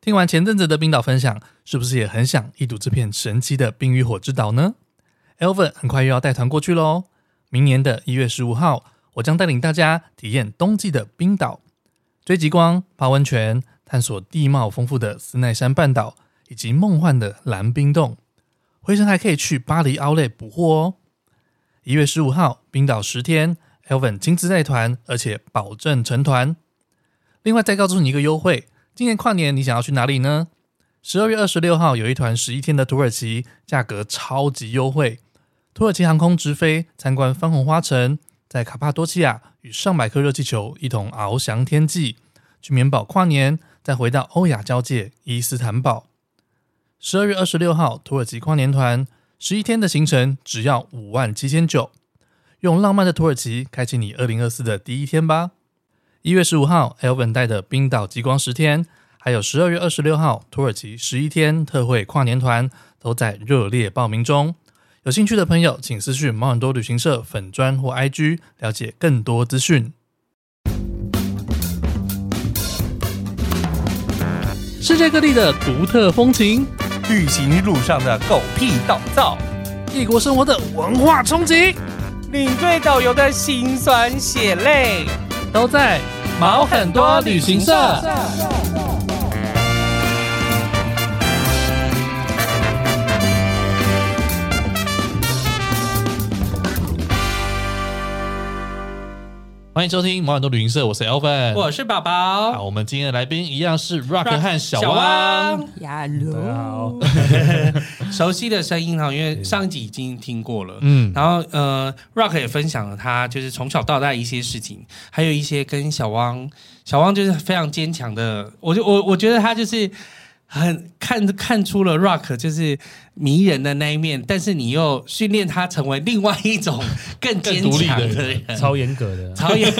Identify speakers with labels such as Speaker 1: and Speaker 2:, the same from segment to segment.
Speaker 1: 听完前阵子的冰岛分享，是不是也很想一睹这片神奇的冰与火之岛呢？Elvin 很快又要带团过去喽。明年的一月十五号，我将带领大家体验冬季的冰岛，追极光、泡温泉，探索地貌丰富的斯奈山半岛以及梦幻的蓝冰洞。回程还可以去巴黎奥莱补货哦。一月十五号，冰岛十天，Elvin 亲自带团，而且保证成团。另外再告诉你一个优惠，今年跨年你想要去哪里呢？十二月二十六号有一团十一天的土耳其，价格超级优惠。土耳其航空直飞参观番红花城，在卡帕多奇亚与上百颗热气球一同翱翔天际，去棉堡跨年，再回到欧亚交界伊斯坦堡。十二月二十六号，土耳其跨年团十一天的行程只要五万七千九，用浪漫的土耳其开启你二零二四的第一天吧。一月十五号，Elvin 带的冰岛极光十天，还有十二月二十六号土耳其十一天特惠跨年团都在热烈报名中。有兴趣的朋友，请私讯毛很多旅行社粉砖或 IG 了解更多资讯。世界各地的独特风情，
Speaker 2: 旅行路上的狗屁倒灶，
Speaker 1: 异国生活的文化冲击，
Speaker 2: 领队导游的辛酸血泪，
Speaker 1: 都在毛很多旅行社。欢迎收听毛很多旅行社，我是 Elvin。
Speaker 2: 我是宝
Speaker 1: 好，
Speaker 2: 宝。
Speaker 1: 我们今天的来宾一样是 Rock 和小
Speaker 2: 小
Speaker 1: 汪。
Speaker 2: 汪，
Speaker 3: 呀
Speaker 4: 大
Speaker 2: 啊
Speaker 4: 家好
Speaker 3: 喽，，
Speaker 2: 熟悉的声音哈，因为上一集已经听过了。
Speaker 1: 嗯，
Speaker 2: 然后呃，Rock 也分享了他就是从小到大一些事情，还有一些跟小汪，小汪就是非常坚强的，我就我我觉得他就是很看看出了 Rock 就是迷人的那一面，但是你又训练他成为另外一种更
Speaker 1: 更
Speaker 2: 坚
Speaker 1: 独立
Speaker 2: 强
Speaker 1: 的
Speaker 2: 的人。
Speaker 4: 超严格的，
Speaker 2: 曹野，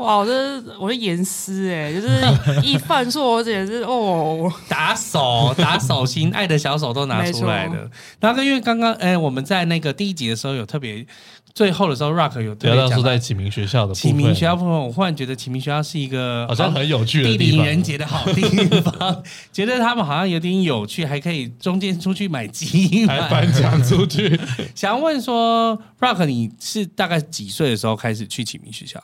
Speaker 3: 哇，我这我是严师哎，就是一犯错，我简直是哦，
Speaker 2: 打手，打手心，爱的小手都拿出来
Speaker 3: 没
Speaker 2: 了。然后因为刚刚，哎、我们在那个第一集的时候有特别，最后的时候 Rock 有特
Speaker 1: 聊
Speaker 2: 别
Speaker 1: 到
Speaker 2: 讲
Speaker 1: 说
Speaker 2: 到
Speaker 1: 在启明学 校的部
Speaker 2: 启
Speaker 1: 分
Speaker 2: 明学校部分，我忽然觉得启明学校是一个呃
Speaker 1: 好像很有趣的
Speaker 2: 地
Speaker 1: 地
Speaker 2: 灵
Speaker 1: 方
Speaker 2: 人杰的好地方，觉得他们好像有点有趣，还可以中间出去买鸡
Speaker 1: 还
Speaker 2: 嘛。
Speaker 1: 翻墙出去。
Speaker 2: 想要问说，Rock，你是大概几岁的时候开始去启明学校？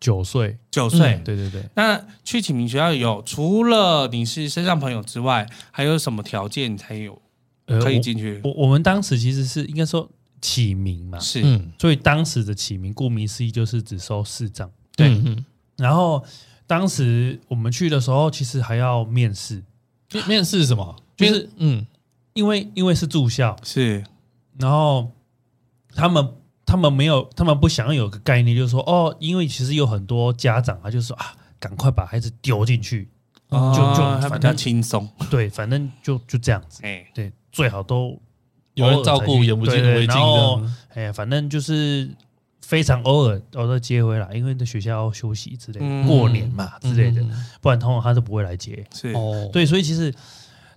Speaker 4: 九岁，
Speaker 2: 九
Speaker 1: 哎
Speaker 2: 岁。
Speaker 4: 嗯对对对，
Speaker 2: 那去启明学校有除了你是身上朋友之外，还有什么条件才有
Speaker 4: 呃
Speaker 2: 可以进去？
Speaker 4: 我我我们当时其实是应该说起名嘛，
Speaker 2: 是、
Speaker 1: 嗯，
Speaker 4: 所以当时的起名，顾名思义就是只收四张。
Speaker 2: 对
Speaker 1: 嗯，嗯
Speaker 4: 然后当时我们去的时候，其实还要面试，
Speaker 1: 面面试是什么？
Speaker 4: 面
Speaker 1: 就是嗯，
Speaker 4: 因为因为是住校，
Speaker 2: 是
Speaker 4: 然后他们他们没有，他们不想要有个概念，就是说哦，因为其实有很多家长他就说啊，赶快把孩子丢进去，
Speaker 2: 哦
Speaker 4: 就就
Speaker 2: 它比
Speaker 4: 反
Speaker 2: 较
Speaker 4: 正
Speaker 2: 轻松，
Speaker 4: 对，反正就就这样子，
Speaker 2: 哎、
Speaker 4: 对，最好都
Speaker 1: 有人照顾，眼不见
Speaker 4: 对对
Speaker 1: 为净这
Speaker 4: 然后
Speaker 1: 样。
Speaker 4: 哎呀，反正就是非常偶尔偶尔接回来，因为在学校要休息之类的，
Speaker 2: 嗯
Speaker 4: 过年嘛之类的，
Speaker 1: 嗯嗯
Speaker 4: 不然通常他是不会来接。
Speaker 2: 是
Speaker 1: 嗯哦，
Speaker 4: 对，所以其实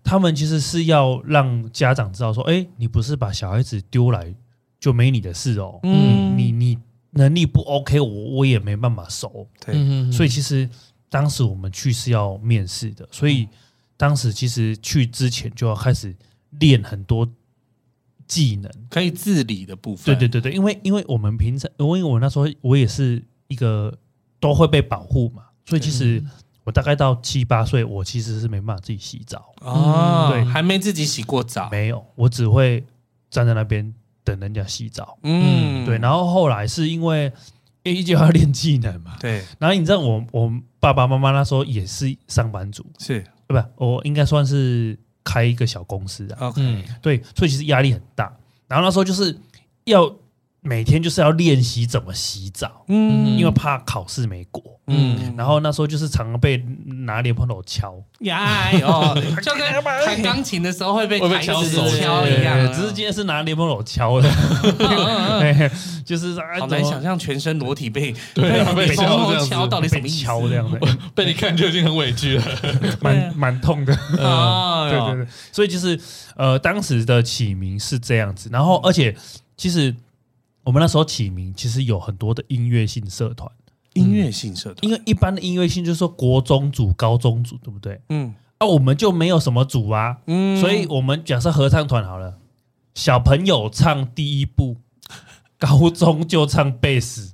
Speaker 4: 他们其实是要让家长知道说，哎，你不是把小孩子丢来就没你的事哦，
Speaker 1: 嗯
Speaker 4: 你你能力不 OK，我我也没办法收。
Speaker 2: 对、
Speaker 1: 嗯，嗯
Speaker 4: 所以其实当时我们去是要面试的，所以当时其实去之前就要开始练很多技能。
Speaker 2: 可以自理的部
Speaker 4: 对
Speaker 2: 分，
Speaker 4: 对对对，因为因为我们平常，因为我那时候我也是一个都会被保护嘛，所以其实我大概到七八岁，我其实是没办法自己洗澡，
Speaker 2: 哦、
Speaker 4: 嗯对
Speaker 2: 还没自己洗过澡，
Speaker 4: 没有，我只会站在那边等人家洗澡。
Speaker 2: 嗯，
Speaker 4: 对，然后后来是因为因为就要练技能 嘛，
Speaker 2: 对
Speaker 4: 然后你知道我我爸爸妈妈那时候也是上班族，
Speaker 2: 是
Speaker 4: 对吧？我应该算是开一个小公司啊，
Speaker 2: OK，、
Speaker 1: 嗯
Speaker 4: 对，所以其实压力很大。然后那时候就是要每天就是要练习怎么洗澡，
Speaker 2: 嗯
Speaker 4: 因为怕考试没过。
Speaker 2: 嗯
Speaker 4: 然后那时候就是常常被拿莲蓬头敲，
Speaker 2: 呀哦，就跟弹钢琴的时候会被
Speaker 1: 会被
Speaker 2: 弹
Speaker 1: 敲
Speaker 2: 指
Speaker 1: 手
Speaker 2: 敲
Speaker 1: 对
Speaker 2: 一样啊，
Speaker 4: 只是今天是拿莲蓬头敲的，对 就是啊
Speaker 2: 嗯好
Speaker 4: 怎
Speaker 2: 难
Speaker 4: 么
Speaker 2: 想象全身裸体被
Speaker 1: 对啊，被
Speaker 2: 被
Speaker 1: 敲
Speaker 2: 风
Speaker 1: 这
Speaker 2: 敲
Speaker 1: 样子，
Speaker 2: 到底什
Speaker 4: 被
Speaker 2: 么意思？啊
Speaker 4: 敲这 样的，
Speaker 1: 被你看就已经很委屈了。
Speaker 4: 蛮蛮痛的。
Speaker 2: 哦，
Speaker 4: 对对对，所以就是呃，当时的起名是这样子，然后
Speaker 2: 嗯
Speaker 4: 而且其实我们那时候起名其实有很多的音乐性社团，
Speaker 2: 音乐性社团，
Speaker 4: 因为一般的音乐性就是说国中组、高中组，对不对？
Speaker 2: 嗯
Speaker 4: 啊，我们就没有什么组啊，
Speaker 2: 嗯
Speaker 4: 所以我们假设合唱团好了，小朋友唱第一部， 高中就唱贝斯，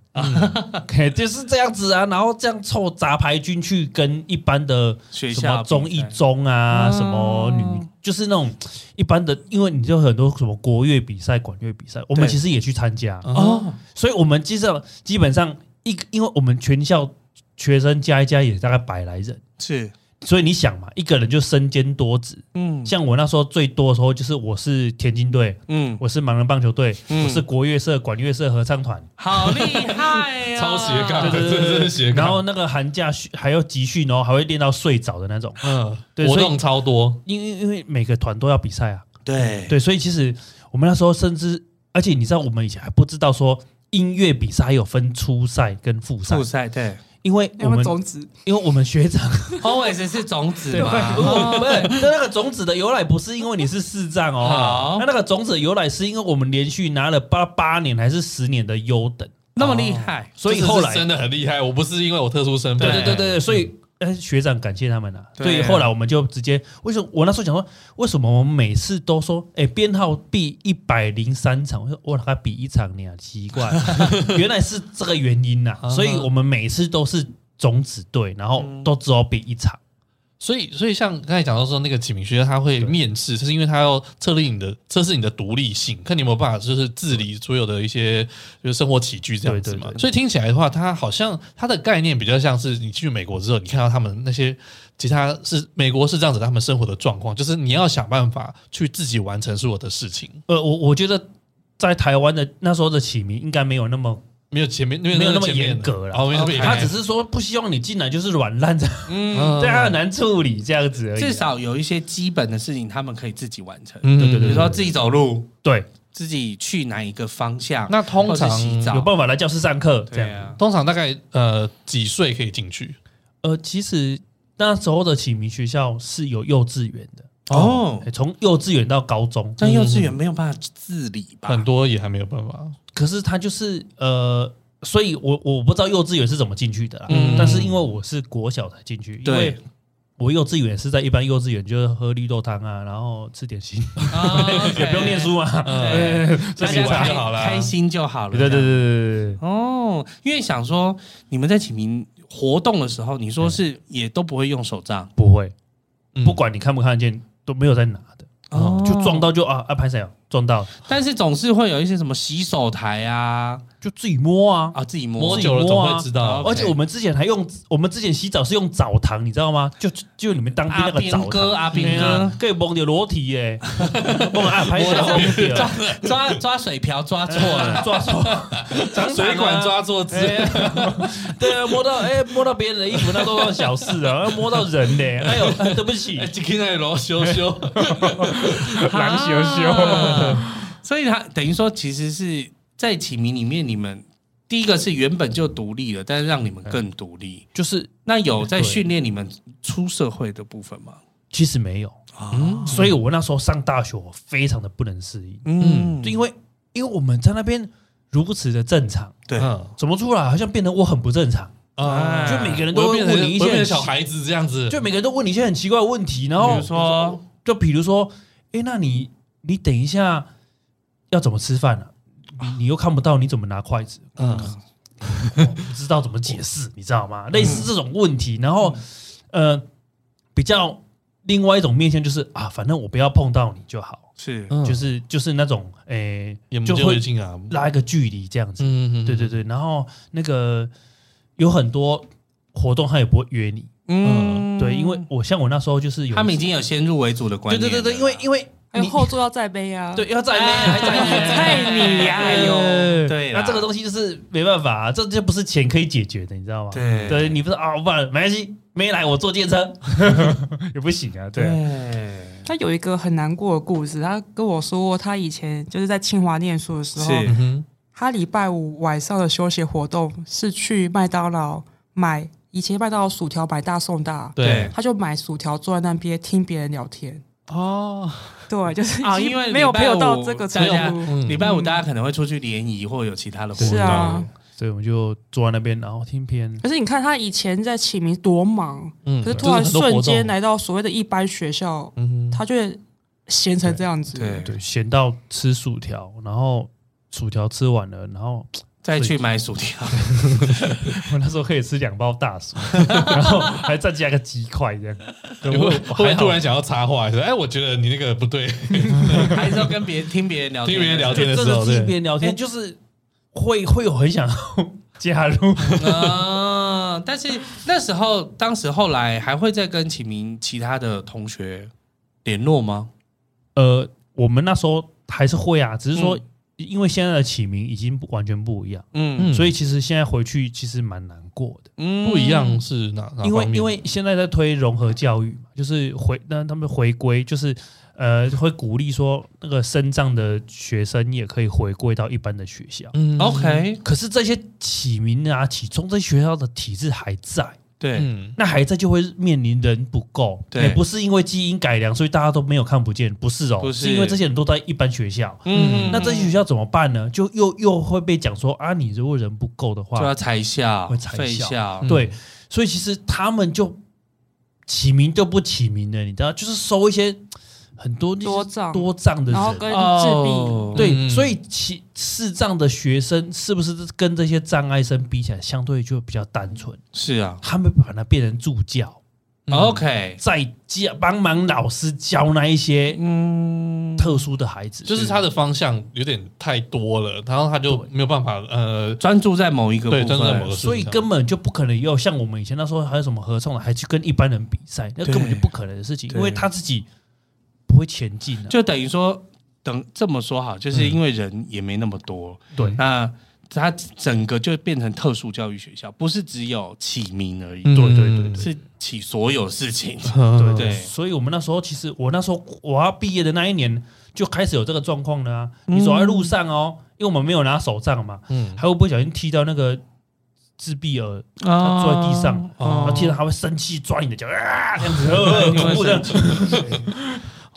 Speaker 4: OK，就是这样子啊，然后这样凑杂牌军去跟一般的
Speaker 2: 学
Speaker 4: 什么
Speaker 2: 校
Speaker 4: 中一
Speaker 2: 比赛
Speaker 4: 中啊，
Speaker 3: 嗯
Speaker 4: 什么女，就是那种一般的，因为你就很多什么国乐比赛、管乐比赛，我们
Speaker 2: 对
Speaker 4: 其实也去参加，嗯
Speaker 2: 哦，
Speaker 4: 所以我们基本基本上一个，因为我们全校学生加一加也大概百来人，
Speaker 2: 是
Speaker 4: 所以你想嘛，一个人就身兼多职。
Speaker 2: 嗯
Speaker 4: 像我那时候最多的时候，就是我是田径队，
Speaker 2: 嗯，
Speaker 4: 我是盲人棒球队，
Speaker 2: 嗯
Speaker 4: 我是国乐社、管乐社合唱团，
Speaker 2: 好厉害哦，
Speaker 5: 超斜
Speaker 3: 哎
Speaker 5: 杠，
Speaker 4: 对
Speaker 5: 真
Speaker 4: 对对对
Speaker 5: 的是斜杠。
Speaker 4: 然后那个寒假训还要集训哦，还会练到睡着的那种。
Speaker 5: 嗯，
Speaker 4: 对
Speaker 5: 活
Speaker 4: 所以
Speaker 5: 动超多，
Speaker 4: 因为因为每个团都要比赛啊，
Speaker 2: 对
Speaker 4: 对，所以其实我们那时候甚至，而且你知道我们以前还不知道说音乐比赛还有分初赛跟复赛
Speaker 2: 复，赛对
Speaker 4: 因为我
Speaker 3: 要
Speaker 4: 们
Speaker 3: 们种子
Speaker 4: 因为我们学长，
Speaker 2: ，always 是种子嘛，
Speaker 4: 我们哦那那个种子的由来不是因为你是视障哦
Speaker 2: 好，
Speaker 4: 那那个种子的由来是因为我们连续拿了八八年还是十年的优等，
Speaker 2: 那么厉害，
Speaker 4: 所以
Speaker 5: 这是
Speaker 4: 后来
Speaker 5: 真的很厉害。我不是因为我特殊身份，
Speaker 4: 对对对对，对，所以呃学长感谢他们啊，
Speaker 2: 对
Speaker 4: 所以后来我们就直接，为什么我那时候想说，为什么我们每次都说，哎，编号 B 一百零三场，我说我他比一场你啊，奇怪， 原来是这个原因呐、
Speaker 5: 啊哈嗯
Speaker 4: 所以我们每次都是种子队，然后都只有比一场，
Speaker 5: 所以所以像刚才讲到说那个启明学生他会面试，就是因为他要测试你的测试你的独立性，看你有没有办法就是治理所有的一些就是生活起居这样子嘛
Speaker 4: 对对。对
Speaker 5: 所以听起来的话，他好像他的概念比较像是你去美国之后，你看到他们那些其他是美国是这样子，他们生活的状况就是你要想办法去自己完成所有的事情，
Speaker 4: 呃，我我觉得。在台湾的那时候的起名应该没有那么
Speaker 5: 没有前面没
Speaker 4: 没有那么
Speaker 5: 前面
Speaker 4: 严格啦
Speaker 5: 哦，没有那么严格，
Speaker 4: 他只是说不希望你进来就是软烂这样，
Speaker 2: 嗯，
Speaker 5: 嗯
Speaker 4: 对啊他很难处理这样子而已啊。
Speaker 2: 至少有一些基本的事情他们可以自己完成，
Speaker 5: 嗯
Speaker 4: 对对
Speaker 2: 比
Speaker 4: 对
Speaker 2: 如说自己走路，
Speaker 4: 对
Speaker 2: 自己去哪一个方向，
Speaker 5: 嗯那通常
Speaker 2: 或是洗澡
Speaker 4: 有办法来教室上课这
Speaker 2: 对
Speaker 4: 样。
Speaker 2: 啊，
Speaker 5: 通常大概呃几岁可以进去？
Speaker 4: 呃，其实那时候的启明学校是有幼稚园的
Speaker 2: 哦
Speaker 4: 诶，从幼稚园到高中，嗯
Speaker 2: 但幼稚园没有办法自理吧？
Speaker 5: 很多也还没有办法。
Speaker 4: 可是他就是呃，所以我我不知道幼稚园是怎么进去的啦，
Speaker 5: 嗯
Speaker 4: 但是因为我是国小才进去，因
Speaker 2: 对
Speaker 4: 为我幼稚园是在一般幼稚园，就是喝绿豆汤啊，然后吃点心，也
Speaker 2: 也
Speaker 4: 不用念，书嘛，
Speaker 2: 哦对
Speaker 4: 对
Speaker 2: 大
Speaker 4: 自己
Speaker 2: 家
Speaker 4: 玩
Speaker 2: 开
Speaker 5: 就好啦
Speaker 2: 开心就好了。
Speaker 4: 对对对对对对，
Speaker 2: 哦，因为想说你们在启明活动的时候，你说是也都不会用手杖，
Speaker 4: 不会，
Speaker 5: 嗯
Speaker 4: 不管你看不看得见，都没有在拿的，
Speaker 2: 哦
Speaker 4: 就撞到就啊啊拍谁啊，撞到
Speaker 2: 但是总是会有一些什么洗手台啊
Speaker 4: 就自己摸啊，
Speaker 2: 啊，自己摸
Speaker 5: 摸久了总会知道。
Speaker 2: OK
Speaker 4: 而且我们之前还用，我们之前洗澡是用澡堂，你知道吗？就就你们当兵
Speaker 2: 阿
Speaker 4: 那个澡
Speaker 2: 兵哥，
Speaker 4: 堂，
Speaker 2: 阿
Speaker 4: 对
Speaker 2: 兵
Speaker 4: 啊
Speaker 2: 哥
Speaker 4: 可以蒙你裸体 耶，蒙啊拍手
Speaker 2: 我
Speaker 4: 蒙你
Speaker 2: 抓
Speaker 4: 啊，
Speaker 2: 抓抓水瓢抓错 了，啊
Speaker 4: 抓手，长
Speaker 5: 水管抓
Speaker 4: 坐
Speaker 5: 姿
Speaker 4: 对啊，摸到哎摸到别人的衣服那都是小事啊，要摸到人呢，哎呦对不起，
Speaker 5: 今天在楼修修，
Speaker 4: 狼羞羞，
Speaker 2: 啊 所以他等于说其实是在启明里面，你们第一个是原本就独立了，但是让你们更独立。
Speaker 4: 就是
Speaker 2: 那有在
Speaker 4: 对
Speaker 2: 训练你们出社会的部分吗？
Speaker 4: 其实没有，
Speaker 2: 啊，
Speaker 4: 所以我那时候上大学我非常的不能适应，
Speaker 2: 嗯，
Speaker 4: 就因为因为我们在那边如此的正常，
Speaker 2: 对
Speaker 5: 嗯
Speaker 4: 怎么出来好像变得我很不正常。
Speaker 5: 啊，
Speaker 4: 就哎每个人
Speaker 5: 我
Speaker 4: 都会
Speaker 5: 变成
Speaker 4: 问你一
Speaker 5: 我变
Speaker 4: 些
Speaker 5: 成小孩子这样子，
Speaker 4: 就每个人都问你一些很奇怪的问题，然
Speaker 2: 比
Speaker 4: 后
Speaker 2: 如说
Speaker 4: 就比如说，哎、那你你等一下要怎么吃饭呢、啊？你你又看不到，你怎么拿筷子？
Speaker 5: 嗯
Speaker 4: 不知道怎么解释，你知道吗？类似这种问题，然后
Speaker 5: 嗯
Speaker 4: 呃，比较另外一种面向就是啊，反正我不要碰到你就好，
Speaker 2: 是
Speaker 5: 嗯
Speaker 4: 就是就是那种诶、
Speaker 5: 眼不
Speaker 4: 就
Speaker 5: 见
Speaker 4: 会
Speaker 5: 为净啊，
Speaker 4: 拉一个距离这样子。
Speaker 5: 嗯
Speaker 4: 对对对，然后那个有很多活动他也不会约你，
Speaker 2: 嗯，
Speaker 4: 对，因为我像我那时候就是有一
Speaker 2: 他们已经有先入为主的观
Speaker 4: 对
Speaker 2: 念了
Speaker 4: 对
Speaker 2: 啦。
Speaker 4: 对对，因为因为
Speaker 3: 还有
Speaker 4: 你
Speaker 3: 哎后座要再背啊，
Speaker 4: 对，要在内还在 内，
Speaker 3: 菜你呀哎呦
Speaker 2: 对啦
Speaker 4: 那这个东西就是没办法、啊，这就不是钱可以解决的，你知道吗？
Speaker 2: 对
Speaker 4: 对你不是啊，不然没关系，没来我坐电车 也不行啊，对啊，
Speaker 2: 对
Speaker 3: 他有一个很难过的故事，他跟我说，他以前就是在清华念书的时候，
Speaker 2: 是
Speaker 5: 嗯哼，
Speaker 3: 他礼拜五晚上的休闲活动是去麦当劳买，以前麦当劳薯条买大送大，
Speaker 5: 对
Speaker 2: 对
Speaker 3: 他就买薯条坐在那边听别人聊天。
Speaker 5: 哦，
Speaker 3: 对，就是
Speaker 2: 啊
Speaker 3: 已经
Speaker 2: 因为
Speaker 3: 没有
Speaker 2: 礼拜
Speaker 3: 朋友到
Speaker 2: 五
Speaker 3: 这个
Speaker 2: 大
Speaker 3: 程
Speaker 2: 家
Speaker 3: 度，
Speaker 5: 嗯
Speaker 2: 礼拜五大家可能会出去联谊或有其他的活
Speaker 3: 是
Speaker 2: 动，
Speaker 3: 啊，
Speaker 4: 所以我们就坐在那边，然后听别人
Speaker 3: 可是你看他以前在启明多忙，
Speaker 5: 嗯，
Speaker 3: 可是
Speaker 5: 对
Speaker 3: 突然
Speaker 5: 就是很多活
Speaker 3: 瞬间
Speaker 5: 动
Speaker 3: 来到所谓的一般学校，
Speaker 5: 嗯哼，
Speaker 3: 他就会闲成这样子。
Speaker 2: 对，
Speaker 4: 对闲到吃薯条，然后薯条吃完了，然后
Speaker 2: 再去买薯条，
Speaker 4: 我那时候可以吃两包大薯， 然后还再加个鸡块这样。对
Speaker 5: 你
Speaker 4: 我
Speaker 5: 会会
Speaker 4: 还好
Speaker 5: 突然想要插话，说哎，我觉得你那个不对，
Speaker 2: 还是要跟别人听别人聊天，
Speaker 5: 听别人聊天
Speaker 4: 真
Speaker 5: 的时
Speaker 4: 的
Speaker 5: 候，
Speaker 4: 是一
Speaker 5: 对，
Speaker 4: 边聊天，就是会会有很想哎 加入，
Speaker 2: 嗯，但是那时候，当时后来还会再跟启明其他的同学联络吗？
Speaker 4: 呃，我们那时候还是会啊，只是说
Speaker 2: 嗯
Speaker 4: 因为现在的起名已经不完全不一样，
Speaker 2: 嗯
Speaker 4: 所以其实现在回去其实蛮难过的，
Speaker 2: 嗯
Speaker 5: 不一样是哪哪
Speaker 4: 因为
Speaker 5: 方面？
Speaker 4: 因为现在在推融合教育嘛，就是回那他们回归就是。呃，会鼓励说那个身障的学生也可以回归到一般的学校，
Speaker 5: 嗯
Speaker 2: OK，
Speaker 4: 可是这些启明啊、启聪这些学校的体制还在，
Speaker 2: 对，
Speaker 5: 嗯
Speaker 4: 那还在就会面临人不够，
Speaker 2: 对
Speaker 4: 也不是因为基因改良，所以大家都没有看不见，不是哦，
Speaker 2: 不是
Speaker 4: 因为这些人都在一般学校，
Speaker 5: 嗯
Speaker 4: 那这些学校怎么办呢？就又又会被讲说啊，你如果人不够的
Speaker 2: 就
Speaker 4: 话
Speaker 2: 要，裁校、
Speaker 4: 会裁
Speaker 2: 废
Speaker 4: 校
Speaker 2: 校，
Speaker 5: 嗯
Speaker 4: 对，所以其实他们就起名就不起名了，你知道，就是收一些很多那些
Speaker 3: 多障
Speaker 4: 多障的
Speaker 3: 然后
Speaker 4: 人。
Speaker 3: 跟自闭，
Speaker 2: 哦
Speaker 4: 对，
Speaker 5: 嗯
Speaker 4: 所以其视障的学生是不是跟这些障碍生比起来，相对就比较单纯？
Speaker 2: 是啊
Speaker 4: 他们把它变成助教，
Speaker 2: ，OK，
Speaker 4: 在教帮忙老师教那一些
Speaker 2: 嗯，
Speaker 4: 特殊的孩子，
Speaker 5: 就是他的方向有点太多了，然后他就没有办法呃，
Speaker 2: 专注在某一个
Speaker 5: 对
Speaker 2: 部分
Speaker 5: 专注在某个
Speaker 4: 所以根本就不可能有像我们以前那时候还有什么合唱的，还去跟一般人比赛，那
Speaker 2: 对
Speaker 4: 根本就不可能的事情，
Speaker 2: 对
Speaker 4: 因为他自己不会前进啊。
Speaker 2: 就等于说，等这么说好，就是因为人也没那么多，
Speaker 5: 嗯
Speaker 4: 对
Speaker 2: 那它整个就变成特殊教育学校，不是只有启明而已，
Speaker 5: 嗯
Speaker 4: 对对对
Speaker 2: 是起所有事情。
Speaker 4: 对
Speaker 2: 对
Speaker 4: 所以我们那时候其实我那时候我要毕业的那一年就开始有这个状况了啊！你走在路上哦，因为我们没有拿手杖嘛，
Speaker 5: 嗯
Speaker 4: 还会不会小心踢到那个自闭儿，他
Speaker 2: 啊
Speaker 4: 坐在地上，然后
Speaker 2: 哦
Speaker 4: 踢到他会生气抓你的脚啊，这样 子，呃恐怖的。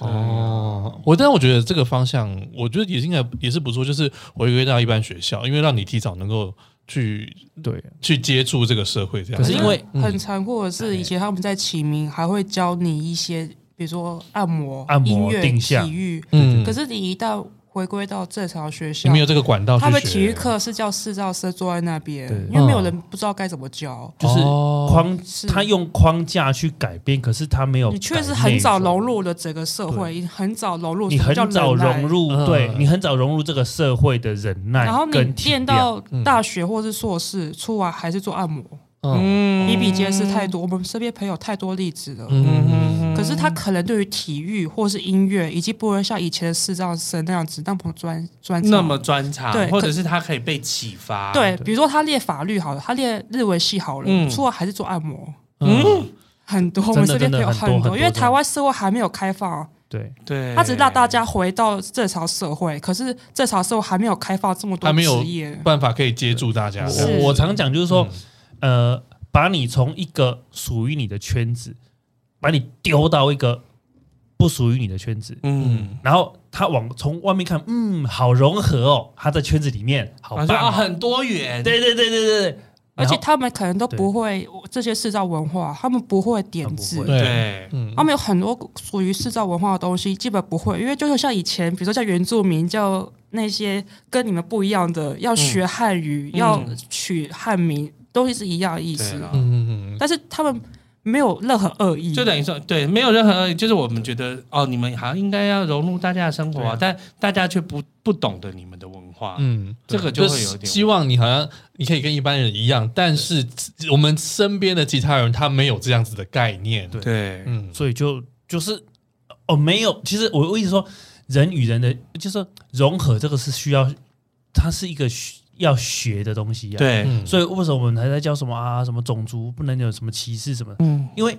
Speaker 5: 哦，我但我觉得这个方向，我觉得也应该也是不错，就是回归到一般学校，因为让你提早能够去
Speaker 4: 对，
Speaker 5: 去接触这个社会，这样
Speaker 4: 可是因为嗯
Speaker 3: 很残酷的是，以前他们在启明还会教你一些，比如说按摩、
Speaker 4: 按摩
Speaker 3: 音乐、
Speaker 4: 定向
Speaker 3: 体育。
Speaker 5: 嗯
Speaker 3: 可是你一旦回归到正常学
Speaker 5: 你
Speaker 3: 校
Speaker 5: 没，有这个管道去学，
Speaker 3: 他们体育课是叫私教师坐在那边
Speaker 4: 对，
Speaker 3: 因为没有人不知道该怎么教。
Speaker 4: 就是
Speaker 5: 哦
Speaker 4: 框
Speaker 3: 是，
Speaker 4: 他用框架去改变，可是他没有。
Speaker 3: 你确实很早融，入了整个社会，你很早融入，
Speaker 4: 你很早融。入，
Speaker 5: 嗯
Speaker 4: 对你很早融入这个社会的忍耐
Speaker 3: 然后你
Speaker 4: 哎跟体
Speaker 3: 练
Speaker 4: 谅。
Speaker 3: 到
Speaker 4: 嗯
Speaker 3: 大学或是硕士出来还是做按摩，
Speaker 5: 嗯
Speaker 3: 比比皆是，太多。我们身边朋友太多例子了。
Speaker 5: 嗯
Speaker 3: 可是他可能对于体育或是音乐，以及不会像以前的视障生那样子那么专专长
Speaker 2: 那么专长，
Speaker 3: 对
Speaker 2: 或者
Speaker 3: 可
Speaker 2: 是他可以被启发。
Speaker 3: 对，比如说他练法律好了，他练日文系好了，
Speaker 2: 嗯
Speaker 3: 出来还是做按摩，
Speaker 5: 嗯
Speaker 3: 很多我
Speaker 4: 真的
Speaker 3: 们身边朋友
Speaker 4: 真的很多
Speaker 3: 多，因为
Speaker 4: 很多
Speaker 3: 台湾社会还没有开放，啊
Speaker 4: 对，
Speaker 2: 对，
Speaker 3: 他只让大家回到正常社会，可是正常社会还没有开放这么多
Speaker 5: 还没有
Speaker 3: 职业，
Speaker 5: 办法可以接住大家，这样
Speaker 3: 是
Speaker 4: 我我常讲就是说，
Speaker 2: 嗯
Speaker 4: 呃，把你从一个属于你的圈子，把你丢到一个不属于你的圈子，
Speaker 2: 嗯，
Speaker 4: 然后他往从外面看，嗯，好融合哦，他在圈子里面好
Speaker 2: 好像啊
Speaker 4: 棒哦，
Speaker 2: 很多元，
Speaker 4: 对对对对对对，
Speaker 3: 而且
Speaker 4: 然后
Speaker 3: 他们可能都不会这些视障文化，他们不会点
Speaker 4: 他
Speaker 3: 子
Speaker 4: 不。
Speaker 5: 对
Speaker 2: 对，
Speaker 5: 嗯
Speaker 3: 他们有很多属于视障文化的东西，基本不会，因为就是像以前，比如说像原住民，叫那些跟你们不一样的，要学汉语，
Speaker 2: 嗯
Speaker 3: 要取汉名，都是一样的意
Speaker 2: 对
Speaker 3: 思。
Speaker 2: 啦
Speaker 5: 嗯嗯嗯
Speaker 3: 但是他们没有任何恶意，
Speaker 2: 就等于说，对，没有任何，就是我们觉得哦，你们好像应该要融入大家的生活啊，但大家却不不懂得你们的文化，
Speaker 5: 嗯，
Speaker 2: 这个就
Speaker 5: 就
Speaker 2: 会有一
Speaker 5: 是
Speaker 2: 点
Speaker 5: 希望你好像你可以跟一般人一样，但是我们身边的其他人他没有这样子的概念，
Speaker 4: 对
Speaker 2: 对，
Speaker 5: 嗯，
Speaker 4: 所以就就是哦，没有，其实我我一直说人与人的就是融合，这个是需要，它是一个需要学的东西啊。，
Speaker 2: 对，
Speaker 5: 嗯
Speaker 4: 所以为什么我们还在教什么啊，什么种族不能有什么歧视什么？
Speaker 2: 嗯，
Speaker 4: 因为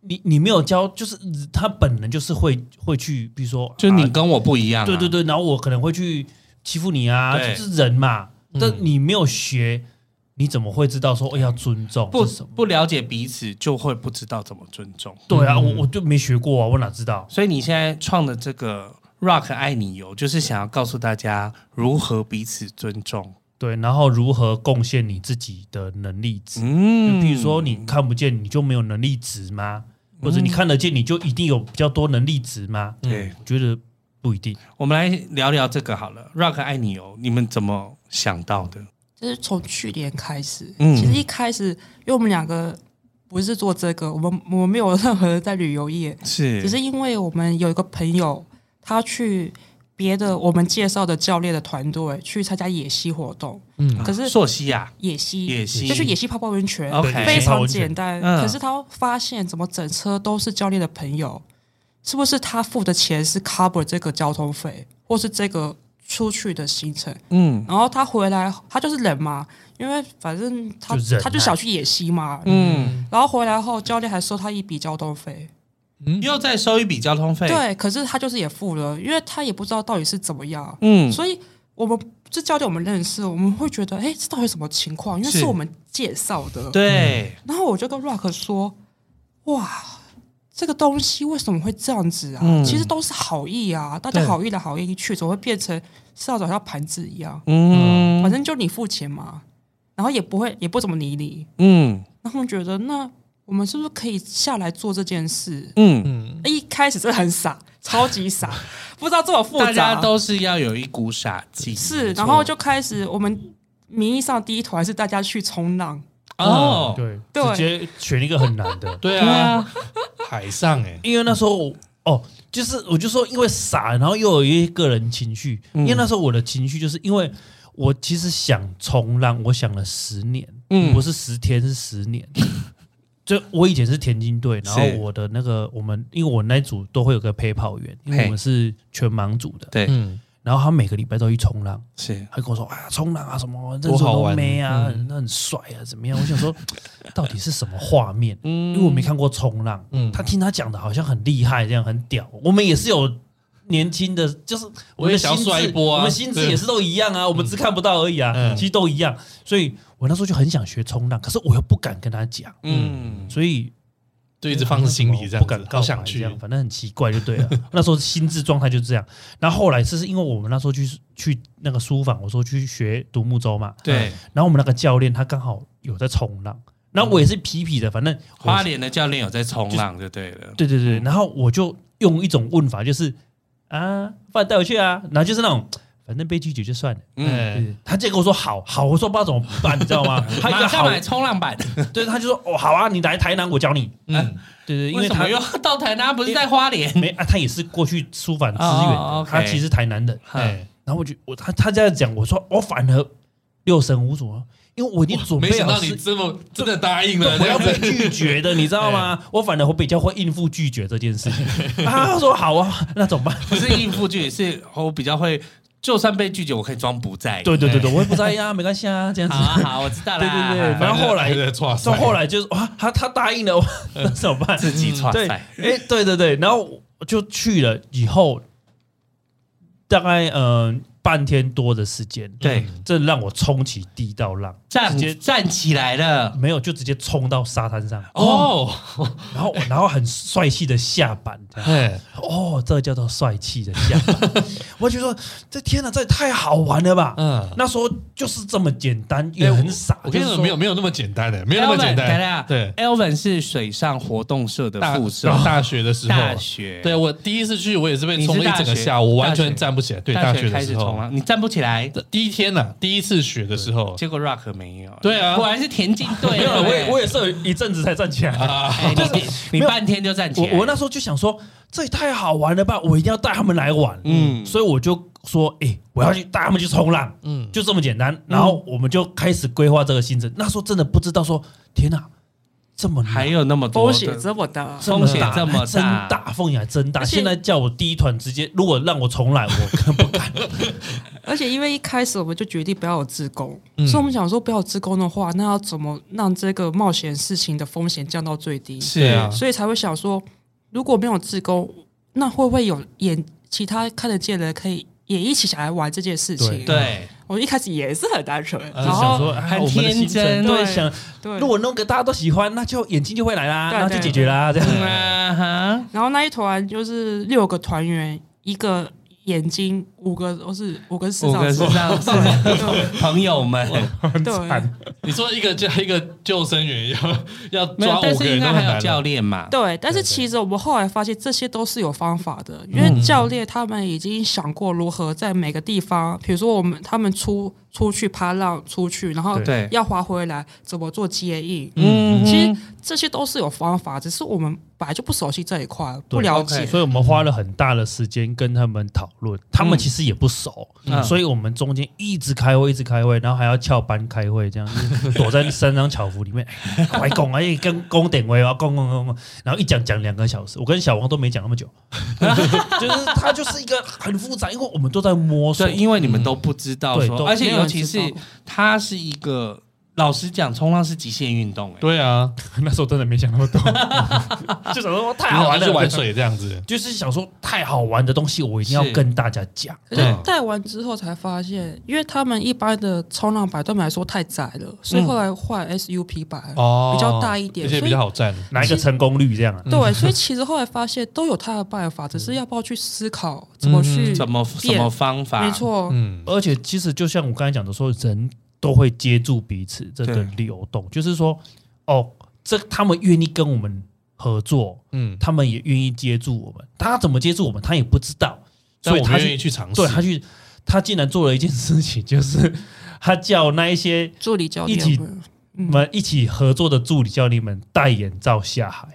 Speaker 4: 你你没有教，就是他本人就是会会去，比如说
Speaker 2: 就你
Speaker 4: 啊
Speaker 2: 跟我不一样、啊，
Speaker 4: 对对，对，然后我可能会去欺负你啊，
Speaker 2: 对
Speaker 4: 就是人嘛，
Speaker 5: 嗯
Speaker 4: 但你没有学。你怎么会知道说哦要尊重
Speaker 2: 不
Speaker 4: 是什么？
Speaker 2: 不了解彼此，就会不知道怎么尊重。
Speaker 4: 对啊，
Speaker 5: 嗯
Speaker 4: 我我就没学过啊，我哪知道？
Speaker 2: 所以你现在创的这个 Rock 爱你游，就是想要告诉大家如何彼此尊重，
Speaker 4: 对，然后如何贡献你自己的能力值？
Speaker 2: 嗯
Speaker 4: 比如说你看不见，你就没有能力值吗？或者你看得见，你就一定有比较多能力值吗？
Speaker 2: 对
Speaker 4: 我觉得不一定。
Speaker 2: 我们来聊聊这个好了，Rock 爱你哦，你们怎么想到的？
Speaker 3: 就是从去年开始，
Speaker 2: 嗯
Speaker 3: 其实一开始因为我们两个不是做这个，我们我们没有任何在旅游业，
Speaker 2: 是
Speaker 3: 只是因为我们有一个朋友，他去别的我们介绍的教练的团队去参加野溪活动，
Speaker 5: 嗯。
Speaker 3: 可是
Speaker 2: 啊朔西呀，
Speaker 3: 野溪
Speaker 2: 野溪
Speaker 3: 就去野溪泡泡温泉
Speaker 2: OK
Speaker 3: 非
Speaker 4: 泡
Speaker 3: 常
Speaker 4: 温泉
Speaker 3: 简单。
Speaker 2: 嗯
Speaker 3: 可是他发现怎么整车都是教练的朋友，是不是他付的钱是 cover 这个交通费，或是这个出去的行程？
Speaker 2: 嗯
Speaker 3: 然后他回来，他就是人嘛，因为反正他
Speaker 4: 就忍啊
Speaker 3: 他就想去野溪嘛。
Speaker 2: 嗯，
Speaker 3: 然后回来后，教练还收他一笔交通费，
Speaker 2: 又再收一笔交通费，，
Speaker 3: 对，可是他就是也付了，因为他也不知道到底是怎么样，
Speaker 2: 嗯，
Speaker 3: 所以我们这教练我们认识，我们会觉得，哎，这到底什么情况？因为
Speaker 2: 是
Speaker 3: 是我们介绍的，
Speaker 2: 对，
Speaker 3: 然后我就跟 Rock 说：“哇，这个东西为什么会这样子啊？
Speaker 2: 嗯
Speaker 3: 其实都是好意啊，大家好意来好意去，怎么会变成是要找像盘子一样？
Speaker 2: 嗯
Speaker 3: 反正就你付钱嘛，然后也不会也不怎么理你。
Speaker 2: 嗯
Speaker 3: 然后我觉得，那我们是不是可以下来做这件事？
Speaker 2: 嗯，
Speaker 3: 一开始真的很傻，超级傻，不知道这么复杂，
Speaker 2: 大家都是要有一股傻劲，
Speaker 3: 是，
Speaker 2: 没错
Speaker 3: 然后就开始我们名义上第一团是大家去冲浪，
Speaker 2: 哦，
Speaker 4: 嗯对，
Speaker 3: 对
Speaker 4: 直接选一个很难的
Speaker 2: 对
Speaker 5: 对啊，
Speaker 2: 啊，
Speaker 5: 海上哎，
Speaker 4: 因为那时候我哦，就是我就说因为傻，然后又有一个人情绪，因为那时候我的情绪就是因为我其实想冲浪，我想了十年，
Speaker 2: 嗯
Speaker 4: 不是十天是十年。 就我以前是田径队，然后
Speaker 2: 是
Speaker 4: 我的那个我们，因为我那一组都会有个陪跑员，因为
Speaker 2: 嘿
Speaker 4: 我们是全盲组的，
Speaker 2: 对，
Speaker 5: 嗯，
Speaker 4: 然后他每个礼拜都去冲浪，
Speaker 2: 是
Speaker 4: 他就跟我说啊，冲浪啊什么，认
Speaker 5: 多
Speaker 4: 识
Speaker 5: 好
Speaker 4: 都
Speaker 5: 玩
Speaker 4: 没啊，
Speaker 5: 嗯
Speaker 4: 那很帅啊，怎么样？我想说， 到底是什么画面？因为我没看过冲浪，
Speaker 5: 嗯
Speaker 4: 他听他讲的好像很厉害，这样很屌。我们也是有年轻的，就是我们的
Speaker 5: 也想要
Speaker 4: 心智
Speaker 5: 帅一波啊
Speaker 4: 我们心智
Speaker 5: 对
Speaker 4: 也是都一样啊，我们只看不到而已啊，
Speaker 5: 嗯
Speaker 4: 其实都一样。所以我那时候就很想学冲浪，可是我又不敢跟他讲，
Speaker 2: 嗯
Speaker 4: 所以
Speaker 5: 就一直放在心里这样子，
Speaker 4: 哦不敢告
Speaker 5: 好
Speaker 4: 白
Speaker 5: 想
Speaker 4: 这
Speaker 5: 去
Speaker 4: 样，反正很奇怪就对了。 那时候心智状态就是这样。然后后来是是因为我们那时候去 去那个书房，我说去学独木舟嘛，
Speaker 2: 对，
Speaker 4: 然后我们那个教练他刚好有在冲浪，然后我也是皮皮的，反正我
Speaker 2: 花莲的教练有在冲浪就对
Speaker 5: 嗯
Speaker 2: 了，
Speaker 4: 对对对，然后我就用一种问法，就是啊，不然带我去啊，然后就是那种。反正被拒绝就算了，
Speaker 2: 嗯，
Speaker 5: 哎
Speaker 4: 对他结果说好好，我说不知道怎么办，你知道吗？ 他一
Speaker 2: 马
Speaker 4: 个
Speaker 2: 上
Speaker 4: 好，
Speaker 2: 买冲浪 板，
Speaker 4: 对，他就说哦好啊，你来台南我教你，
Speaker 5: 嗯，
Speaker 4: 对对，因
Speaker 2: 为什
Speaker 4: 他
Speaker 2: 么又要到台南？不是在花莲？
Speaker 4: 没啊，他也是过去出版资源的，
Speaker 2: 哦哦
Speaker 4: 他
Speaker 2: OK
Speaker 4: 其实台南人。
Speaker 5: 哎，
Speaker 4: 然后我就我他他这样讲，我说我反而六神无主啊，因为我已经准
Speaker 5: 没
Speaker 4: 备
Speaker 5: 想
Speaker 4: 好
Speaker 5: 到
Speaker 4: 是
Speaker 5: 你这么真的答应了，
Speaker 4: 我要
Speaker 5: 这样
Speaker 4: 被
Speaker 5: 子
Speaker 4: 拒 绝的，你知道
Speaker 2: 哎
Speaker 4: 吗？我反而会比较会应付拒绝这件 事情。啊，他说好啊，那怎么办？
Speaker 2: 不是应付剧，是我比较会，就算被拒绝，我可以装不在。
Speaker 4: 对对对对，我也不在意啊，没关系啊，这样子
Speaker 2: 哎好。啊好，我知道
Speaker 4: 对
Speaker 2: 啦。嗯
Speaker 4: 对对，
Speaker 2: 好
Speaker 4: 然后后来
Speaker 5: 还在哇塞
Speaker 4: 到后来就是哇，他他答应了，哇那怎么办？
Speaker 2: 自己串
Speaker 4: 对，
Speaker 2: 赛
Speaker 4: 哎，对对对，然后我就去了以后，大概嗯、呃半天多的时间，
Speaker 2: 对，
Speaker 4: 这让我冲起第一道浪，直接
Speaker 2: 站站起来了。
Speaker 4: 没有就直接冲到沙滩上，
Speaker 5: 哦，
Speaker 4: 然后然后很帅气的下板，这样
Speaker 5: 哎，
Speaker 4: 哦，这叫做帅气的下 板，我就说这天哪，这也太好玩了吧！
Speaker 2: 啊
Speaker 5: 嗯。
Speaker 4: 那时候就是这么简单，也很傻，
Speaker 5: 我跟你
Speaker 4: 就
Speaker 5: 说，
Speaker 4: 是说
Speaker 5: 没有没有那么简单的，没有那么简
Speaker 2: Elvin，等一
Speaker 5: 单
Speaker 2: 下。
Speaker 5: 对，
Speaker 2: ，Elvin 是水上活动社的
Speaker 5: 大
Speaker 2: 副社，
Speaker 5: 大学的时候，
Speaker 2: 大学
Speaker 5: 对我第一次去，我也是被
Speaker 2: 你是
Speaker 5: 冲了一
Speaker 2: 大
Speaker 5: 整个
Speaker 2: 学
Speaker 5: 下午，我完
Speaker 2: 大
Speaker 5: 全
Speaker 2: 学
Speaker 5: 站不起来。对，
Speaker 2: 大
Speaker 5: 大
Speaker 2: 学
Speaker 5: 学
Speaker 2: 开始
Speaker 5: 的时
Speaker 2: 冲浪，
Speaker 5: 候，
Speaker 2: 你站不起来，
Speaker 5: 第一天呐，第一次学的时候，
Speaker 2: 结果 Rock 没有。
Speaker 5: 对啊
Speaker 2: 果然是田径队。
Speaker 4: 没有了，我也我
Speaker 2: 也，
Speaker 4: 也是有一阵子才站起来。
Speaker 5: 啊
Speaker 2: 哎你你半天就站起来。
Speaker 4: 我我那时候就想说，这也太好玩了吧！我一定要带他们来玩。
Speaker 2: 嗯
Speaker 4: 嗯，所以我就说，哎、我要去带他们去冲浪，
Speaker 5: 嗯
Speaker 4: 嗯，就这么简单。然后我们就开始规划这个行程。那时候真的不知道说，天哪、这么难
Speaker 2: 还有那么多
Speaker 3: 风
Speaker 2: 的
Speaker 3: 险这么大，
Speaker 4: 这么
Speaker 2: 风险
Speaker 4: 大
Speaker 2: 这么
Speaker 4: 真
Speaker 2: 大
Speaker 4: 大，风险还真大。
Speaker 3: 而且
Speaker 4: 现在叫我第一团直接，如果让我重来，我可能不 敢。
Speaker 3: 而且因为一开始我们就决定不要有自工，
Speaker 2: 嗯
Speaker 3: 所以我们想说不要有自工的话，那要怎么让这个冒险事情的风险降到最低？
Speaker 2: 是
Speaker 5: 对啊
Speaker 3: 所以才会想说，如果没有自工，那会不会有眼其他看得见的人可以也一起想来玩这件事情？
Speaker 2: 对，
Speaker 3: 我一开始也是很单纯，
Speaker 5: 呃
Speaker 3: 然
Speaker 4: 想
Speaker 3: 后
Speaker 4: 说，哎
Speaker 2: 哦很
Speaker 4: 我们的行
Speaker 2: 天真
Speaker 4: 程对，
Speaker 3: 对
Speaker 4: 想
Speaker 3: 对
Speaker 4: 如，果弄个大家都喜欢，那就眼睛就会来啦，
Speaker 3: 对
Speaker 4: 那就
Speaker 3: 对
Speaker 4: 解决啦，这样。
Speaker 2: 嗯啊哈，
Speaker 3: 然后那一团就是六个团员，一个眼睛五个都是五个是
Speaker 2: 五个
Speaker 3: 长
Speaker 2: 是这样子， 朋友们，
Speaker 3: 对
Speaker 5: 你说一个叫一个救生员要要
Speaker 2: 没有
Speaker 5: 抓，
Speaker 2: 但
Speaker 5: 五
Speaker 2: 是
Speaker 5: 个
Speaker 2: 应
Speaker 5: 人都
Speaker 2: 该
Speaker 5: 很
Speaker 2: 还有
Speaker 5: 难
Speaker 2: 教
Speaker 5: 啊。
Speaker 2: 练嘛？
Speaker 3: 对，但是其实我们后来发现这些都是有方法的，因为教练他们已经想过如何在每个地方，比如说我们他们出出去爬浪出去，然后
Speaker 5: 对
Speaker 2: 对，
Speaker 3: 要划回来怎么做接应，
Speaker 2: 嗯，
Speaker 3: 其实这些都是有方法，只是我们本来就不熟悉这一块，
Speaker 4: 对
Speaker 3: 不了解。
Speaker 4: 哎所以我们花了很大的时间跟他们讨论，他们其实也不熟，
Speaker 2: 嗯
Speaker 4: 所以我们中间一直开会，一直开会，然后还要翘班开会，这样躲在三张巧服里面，来拱啊，哎跟公典位啊，拱拱拱拱，然后一讲讲两个小时，我跟小王都没讲那么久， 就是他就是一个很复杂，因为我们都在摸索
Speaker 2: 对，，因为你们都不知道
Speaker 4: 对
Speaker 2: 说，
Speaker 4: 都
Speaker 2: 而且
Speaker 3: 嗯没有人
Speaker 2: 尤其
Speaker 3: 知道
Speaker 2: 是它是一个，老实讲，冲浪是极限运动，哎，
Speaker 5: 对啊，
Speaker 4: 那时候真的没想那么多， 就想说太好玩了，
Speaker 5: 去玩水这样子。
Speaker 4: 就是想说太好玩的东西，我一定要
Speaker 2: 是
Speaker 4: 跟大家讲。
Speaker 3: 可是
Speaker 5: 嗯
Speaker 3: 带完之后才发现，因为他们一般的冲浪板对我们来说太窄了，所以后来换
Speaker 4: 嗯
Speaker 3: SUP 板，
Speaker 5: 哦
Speaker 3: 比较大一点
Speaker 5: 而且比较好站。
Speaker 4: 拿一个成功率这样啊？
Speaker 3: 对，所以其实后来发现都有他的办法，只
Speaker 4: 嗯
Speaker 3: 是要不要去思考怎么去
Speaker 2: 什么什
Speaker 3: 变
Speaker 2: 么方法？
Speaker 3: 没，错，
Speaker 5: 嗯，
Speaker 4: 而且其实就像我刚才讲的说，人都会接住彼此这个
Speaker 2: 对
Speaker 4: 流动，就是说，哦，这他们愿意跟我们合作，
Speaker 5: 嗯，
Speaker 4: 他们也愿意接住我们。他怎么接住我们，他也不知道，
Speaker 5: 但
Speaker 4: 所以
Speaker 5: 我们
Speaker 4: 他
Speaker 5: 愿意去
Speaker 4: 去，
Speaker 5: 尝试。
Speaker 4: 对他去，他竟然做了一件事情，就是 他叫那一些
Speaker 3: 助理教
Speaker 4: 一起
Speaker 3: 练们。
Speaker 4: 我们一起合作的助理教练们戴眼罩下海。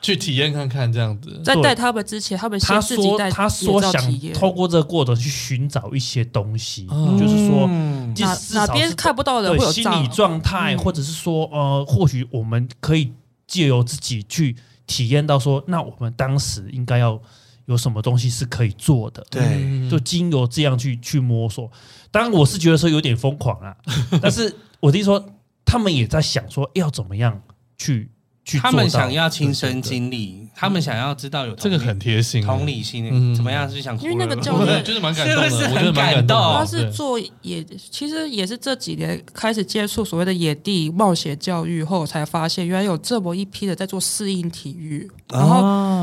Speaker 5: 去体验看看这样子。
Speaker 3: 在
Speaker 4: 对
Speaker 3: 带他们之前，他们
Speaker 4: 他
Speaker 3: 先自己
Speaker 4: 说，
Speaker 3: 带
Speaker 4: 他
Speaker 3: 眼
Speaker 4: 说
Speaker 3: 罩
Speaker 4: 想
Speaker 3: 体验
Speaker 4: 透过这个过程去寻找一些东西，
Speaker 5: 嗯
Speaker 4: 就是说。
Speaker 2: 嗯
Speaker 4: 即
Speaker 3: 哪
Speaker 4: 至
Speaker 3: 哪
Speaker 4: 少
Speaker 3: 边
Speaker 4: 是
Speaker 3: 看不到的
Speaker 4: 对
Speaker 3: 会有
Speaker 4: 心
Speaker 3: 障
Speaker 4: 理
Speaker 3: 碍，
Speaker 4: 状态，
Speaker 3: 嗯
Speaker 4: 或者是说，呃，或许我们可以借由自己去体验到说，那我们当时应该要有什么东西是可以做的。
Speaker 2: 对，
Speaker 5: 嗯
Speaker 4: 就经由这样去去摸索，当然我是觉得说有点疯狂啦， 但是我弟说他们也在想说要怎么样去去做
Speaker 2: 他们
Speaker 4: 到
Speaker 2: 想要亲身
Speaker 4: 对对对
Speaker 2: 经历，他们想要知道有
Speaker 5: 这个很贴心。
Speaker 2: 同，理心
Speaker 5: 嗯，
Speaker 2: 怎么样是想哭了
Speaker 3: 因为那个教
Speaker 5: 我
Speaker 3: 练
Speaker 5: 觉得就是蛮感动的，
Speaker 2: 是不是很
Speaker 5: 我觉得蛮
Speaker 2: 感动
Speaker 5: 动的。
Speaker 3: 他
Speaker 2: 他
Speaker 3: 是
Speaker 5: 对
Speaker 3: 做野，其实也是这几年开始接触所谓的野地冒险教育后，才发现原来有这么一批的在做适应体育，
Speaker 2: 啊
Speaker 3: 然后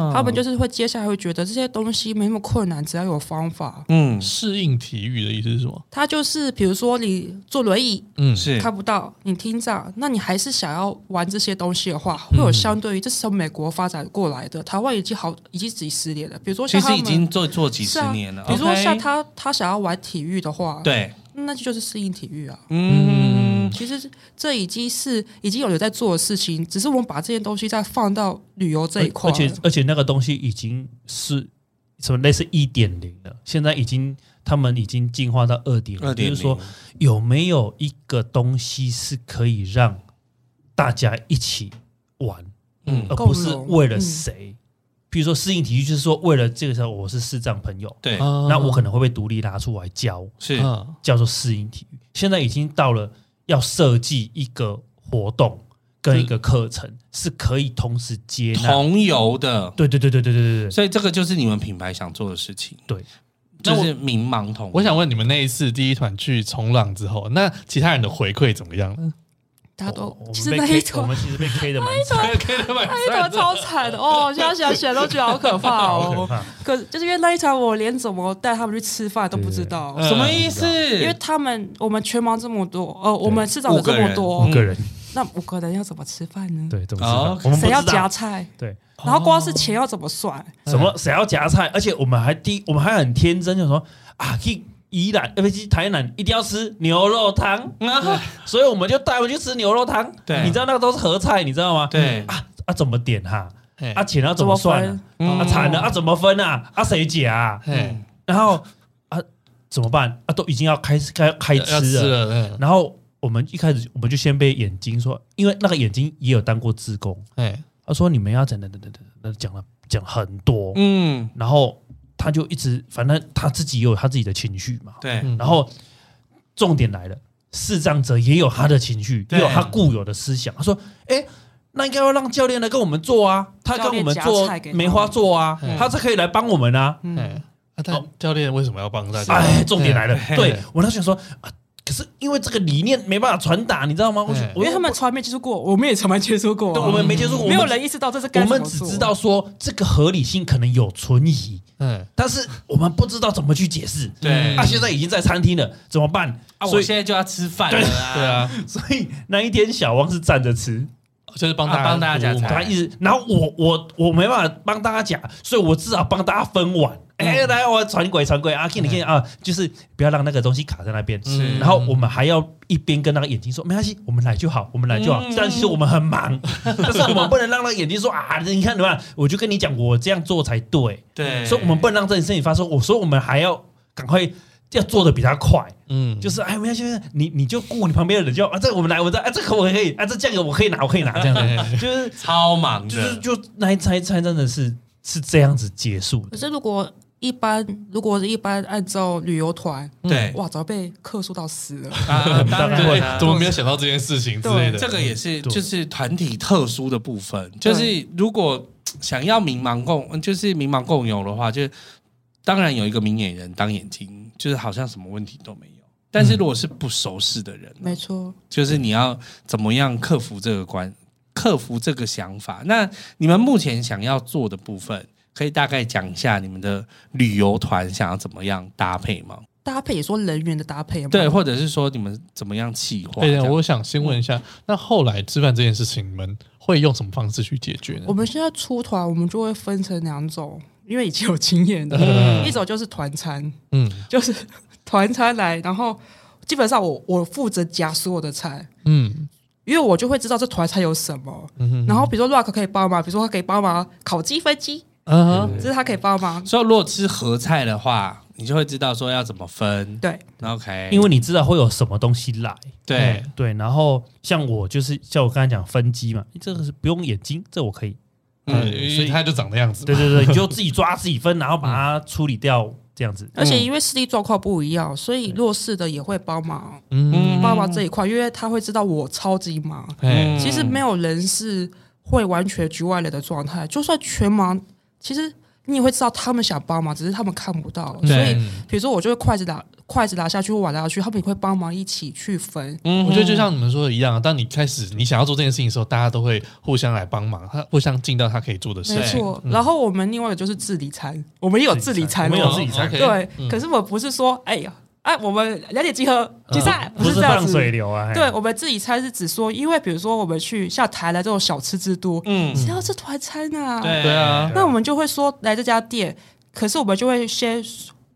Speaker 2: 后
Speaker 3: 他们就是会接下来会觉得这些东西没那么困难，只要有方法。
Speaker 2: 嗯
Speaker 5: 适应体育的意思是什么？
Speaker 3: 他就是比如说你坐轮椅
Speaker 5: 嗯，
Speaker 2: 是
Speaker 3: 看不到，你听障，那你还是想要玩这些东西的话，
Speaker 2: 嗯
Speaker 3: 会有相对于这是从美国发展过来的，台湾已经好已经几十年了，比如说
Speaker 2: 其
Speaker 3: 像他
Speaker 2: 实已
Speaker 3: 们
Speaker 2: 经做做几
Speaker 3: 是
Speaker 2: 十
Speaker 3: 啊
Speaker 2: 年了，
Speaker 3: 比如说
Speaker 2: OK
Speaker 3: 像他他想要玩体育的话，，
Speaker 2: 对，
Speaker 3: 那就是适应体育啊。
Speaker 2: 嗯，
Speaker 3: 其实这已经是已经有人在做的事情，只是我们把这些东西再放到旅游这一块
Speaker 4: 而
Speaker 3: 了，
Speaker 4: 且而且那个东西已经是什么类似一点零了，现在已经他们已经进化到二点
Speaker 2: 二
Speaker 4: 零，呃就
Speaker 2: 点
Speaker 4: 是说有没有一个东西是可以让大家一起玩，
Speaker 2: 嗯
Speaker 4: 而
Speaker 3: 共
Speaker 4: 不是
Speaker 3: 荣
Speaker 4: 为了
Speaker 3: 嗯
Speaker 4: 谁？比如说适应体育，就是说为了这个时候我是视障朋友，
Speaker 2: 对，
Speaker 5: 啊
Speaker 4: 那我可能会被独立拉出来教，
Speaker 2: 是
Speaker 5: 嗯
Speaker 4: 叫做适应体育。现在已经到了要设计一个活动跟一个课程是可以同时接纳。
Speaker 2: 同游的，
Speaker 4: 对对对对对对对对，
Speaker 2: 所以这个就是你们品牌想做的事情，
Speaker 4: 对，
Speaker 2: 就是民盲同游。
Speaker 5: 我想问你们那一次第一团去冲浪之后，那其他人的回馈怎么样呢？
Speaker 3: 大家都
Speaker 4: 哦我们
Speaker 3: 其实
Speaker 4: 被
Speaker 3: 那一
Speaker 4: K- 我
Speaker 3: 团
Speaker 4: 们其实被 K 的蛮惨，
Speaker 3: 那一团超惨的哦，现在想起来都觉得好可怕
Speaker 4: 好可
Speaker 3: 哦。
Speaker 4: 怕。
Speaker 3: 可就是因为那一团，我连怎么带他们去吃饭都不知道。
Speaker 5: 对
Speaker 2: 什
Speaker 4: 嗯
Speaker 2: 么意思？
Speaker 3: 因为他们我们全盲这么多，呃，我们市长有这么多
Speaker 4: 五，个人，嗯
Speaker 3: 那五个人要怎么吃饭呢？
Speaker 4: 对，怎么
Speaker 2: 哦
Speaker 4: 知道？我们不
Speaker 3: 谁要
Speaker 4: 知
Speaker 3: 夹
Speaker 4: 道
Speaker 3: 菜？
Speaker 4: 对，哦
Speaker 3: 然后光是钱要怎么算？
Speaker 4: 什么谁要夹菜，而且我们还第我们还很天真，就说啊，去宜兰，呃，不去台南一定要吃牛肉汤，
Speaker 2: 啊，
Speaker 4: 所以我们就带回去吃牛肉汤。
Speaker 2: 对
Speaker 4: 你知道那个都是合菜，你知道吗？
Speaker 2: 对
Speaker 4: 啊啊，怎么点哈？
Speaker 5: 嘿
Speaker 4: 啊，钱要怎么算
Speaker 3: 怎
Speaker 4: 啊
Speaker 3: 么？
Speaker 2: 嗯
Speaker 4: 啊，惨了啊，怎么分啊？啊，谁夹啊？
Speaker 5: 嘿，
Speaker 4: 然后啊，怎么办？啊，都已经要开始该开
Speaker 5: 要要
Speaker 4: 吃啊
Speaker 5: 吃
Speaker 4: 了。
Speaker 5: 了，
Speaker 4: 然后我们一开始我们就先被眼睛说，因为那个眼睛也有当过志工，
Speaker 5: 嗯，嘿，
Speaker 4: 他说你们要等等等等等等，讲了讲很多，
Speaker 2: 嗯，
Speaker 4: 然后他就一直，反正他自己也有他自己的情绪嘛。
Speaker 2: 对，
Speaker 5: 嗯
Speaker 4: 然后重点来了，视障者也有他的情绪，也
Speaker 2: 对
Speaker 4: 有他固有的思想。他说：“哎，那应该要让教练来跟我们做啊，他跟我
Speaker 3: 教
Speaker 4: 们
Speaker 3: 练夹
Speaker 4: 做
Speaker 3: 菜给他们
Speaker 4: 梅花做啊
Speaker 5: 嗯，
Speaker 4: 他才可以来帮我们啊。
Speaker 5: 嘿，啊，但教练为什么要帮大”家？
Speaker 4: 哎，重点来了，
Speaker 5: 嘿
Speaker 4: 对我当时想说啊，可是因为这个理念没办法传达，你知道吗？我
Speaker 5: 嘿
Speaker 4: 我
Speaker 3: 因为他们从来没接触过，我们也从来没接触过啊、
Speaker 4: 对我们没接触过，
Speaker 3: 没有
Speaker 4: 我们
Speaker 3: 人意识到这是该
Speaker 4: 我
Speaker 3: 怎么
Speaker 4: 们
Speaker 3: 做
Speaker 4: 只知道说这个合理性可能有存疑，
Speaker 5: 嗯，
Speaker 4: 但是我们不知道怎么去解释。
Speaker 2: 对
Speaker 4: 啊，现在已经在餐厅了，怎么办？
Speaker 2: 啊，
Speaker 4: 所
Speaker 2: 我
Speaker 4: 以
Speaker 2: 现在就要吃饭了啊！
Speaker 5: 对啊，
Speaker 4: 所以那一天小汪是站着吃，
Speaker 5: 就是帮大家
Speaker 2: 啊帮大家
Speaker 5: 服务嘛
Speaker 2: 夹菜
Speaker 4: 他一直，然后我我我没办法帮大家讲，所以我至少帮大家分碗。
Speaker 2: 嗯
Speaker 4: 哎、来，我传轨传轨啊，给你给你啊，就是不要让那个东西卡在那边。
Speaker 2: 是
Speaker 4: 然后我们还要一边跟那个眼睛说，没关系，我们来就好，我们来就好。
Speaker 2: 嗯
Speaker 4: 但其实我们很忙， 但是我们不能让那个眼睛说啊，你看怎么样？我就跟你讲，我这样做才对。
Speaker 2: 对，
Speaker 4: 所以我们不能让这件事情发生，我所以我们还要赶快要做的比他快。
Speaker 5: 嗯，
Speaker 4: 就是哎，没关系，没关系你你就顾你旁边的人就好啊，这个我们来，我这啊这个我可以啊，这酱油我可以拿，我可以拿，这样 子就是
Speaker 2: 超忙的，
Speaker 4: 就是就那一餐一餐真的是是这样子结束
Speaker 3: 可
Speaker 4: 的，
Speaker 3: 是如果一般，如果是一般按照旅游团，
Speaker 2: 对
Speaker 3: 哇，早被客诉到死了。
Speaker 2: 啊，当然
Speaker 5: 对
Speaker 2: 啊，
Speaker 5: 怎么没有想到这件事情之类的？
Speaker 2: 这个也是
Speaker 4: 对
Speaker 2: 就是团体特殊的部分，就是如果想要民盲共，就是民盲共有的话，就是当然有一个明眼人当眼睛，就是好像什么问题都没有。但是如果是不熟识的人，
Speaker 3: 没错，
Speaker 2: 就是你要怎么样克服这个关，克服这个想法。那你们目前想要做的部分，可以大概讲一下你们的旅游团想要怎么样搭配吗？
Speaker 3: 搭配也说人员的搭配嘛。
Speaker 2: 对，，或者是说你们怎么样企划
Speaker 5: 哎
Speaker 2: 这
Speaker 5: 呀，
Speaker 2: 样？
Speaker 5: 我想先问一下，那后来吃饭这件事情，你们会用什么方式去解决呢
Speaker 3: 我？们现在出团，我们就会分成两种，因为已经有经验 的，
Speaker 4: 嗯
Speaker 3: 一种就是团餐，
Speaker 5: 嗯
Speaker 3: 就是团餐来，然后基本上我我负责夹所有的菜，
Speaker 5: 嗯
Speaker 3: 因为我就会知道这团餐有什么。
Speaker 5: 嗯
Speaker 3: 然后比如说 Rock 可以帮忙，比如说他可以帮忙烤鸡分鸡，
Speaker 4: 嗯
Speaker 5: 啊，
Speaker 3: 这是他可以帮忙。
Speaker 2: 所以如果吃合菜的话，你就会知道说要怎么分。
Speaker 3: 对，
Speaker 2: OK，
Speaker 4: 因为你知道会有什么东西来，
Speaker 2: 对
Speaker 4: 对，然后像我就是像我刚才讲分机嘛，这个是不用眼睛，这我可以，
Speaker 5: 嗯，
Speaker 2: 嗯
Speaker 5: 因
Speaker 4: 所
Speaker 5: 为
Speaker 4: 以
Speaker 5: 他就长那样子嘛
Speaker 4: 对， 对对，你就自己抓自己分，然后把它处理掉这样子。
Speaker 3: 而且因为视力状况不一样，所以弱势的也会帮忙
Speaker 5: 嗯，
Speaker 3: 帮忙这一块，因为他会知道我超级忙。
Speaker 5: 哎，
Speaker 3: 其实没有人是会完全局外人的状态，就算全忙，其实你也会知道他们想帮忙，只是他们看不到。所以，比如说我就会筷子拿筷子拿下去，或碗拿下去，他们也会帮忙一起去分。
Speaker 2: 嗯
Speaker 5: 我觉得就像你们说的一样，当你开始你想要做这件事情的时候，大家都会互相来帮忙，他互相尽到他可以做的事
Speaker 3: 没
Speaker 5: 情。
Speaker 3: 错，然后我们另外一个就是自理餐，我们也有自理餐
Speaker 4: 我
Speaker 3: 哦，
Speaker 4: 们有自己
Speaker 5: 哦
Speaker 4: 餐，
Speaker 5: ，OK
Speaker 3: 对。可是我不是说，哎呀，哎，我们两点集合聚餐，
Speaker 4: 不
Speaker 3: 是
Speaker 4: 是
Speaker 3: 这样
Speaker 4: 放
Speaker 3: 子。
Speaker 4: 水流啊，嘿
Speaker 3: 对，我们自己餐是指说，因为比如说我们去像台南这种小吃之都，
Speaker 2: 嗯，
Speaker 3: 谁要吃团餐啊？
Speaker 2: 对
Speaker 5: 对啊，
Speaker 3: 那我们就会说来这家店，可是我们就会先，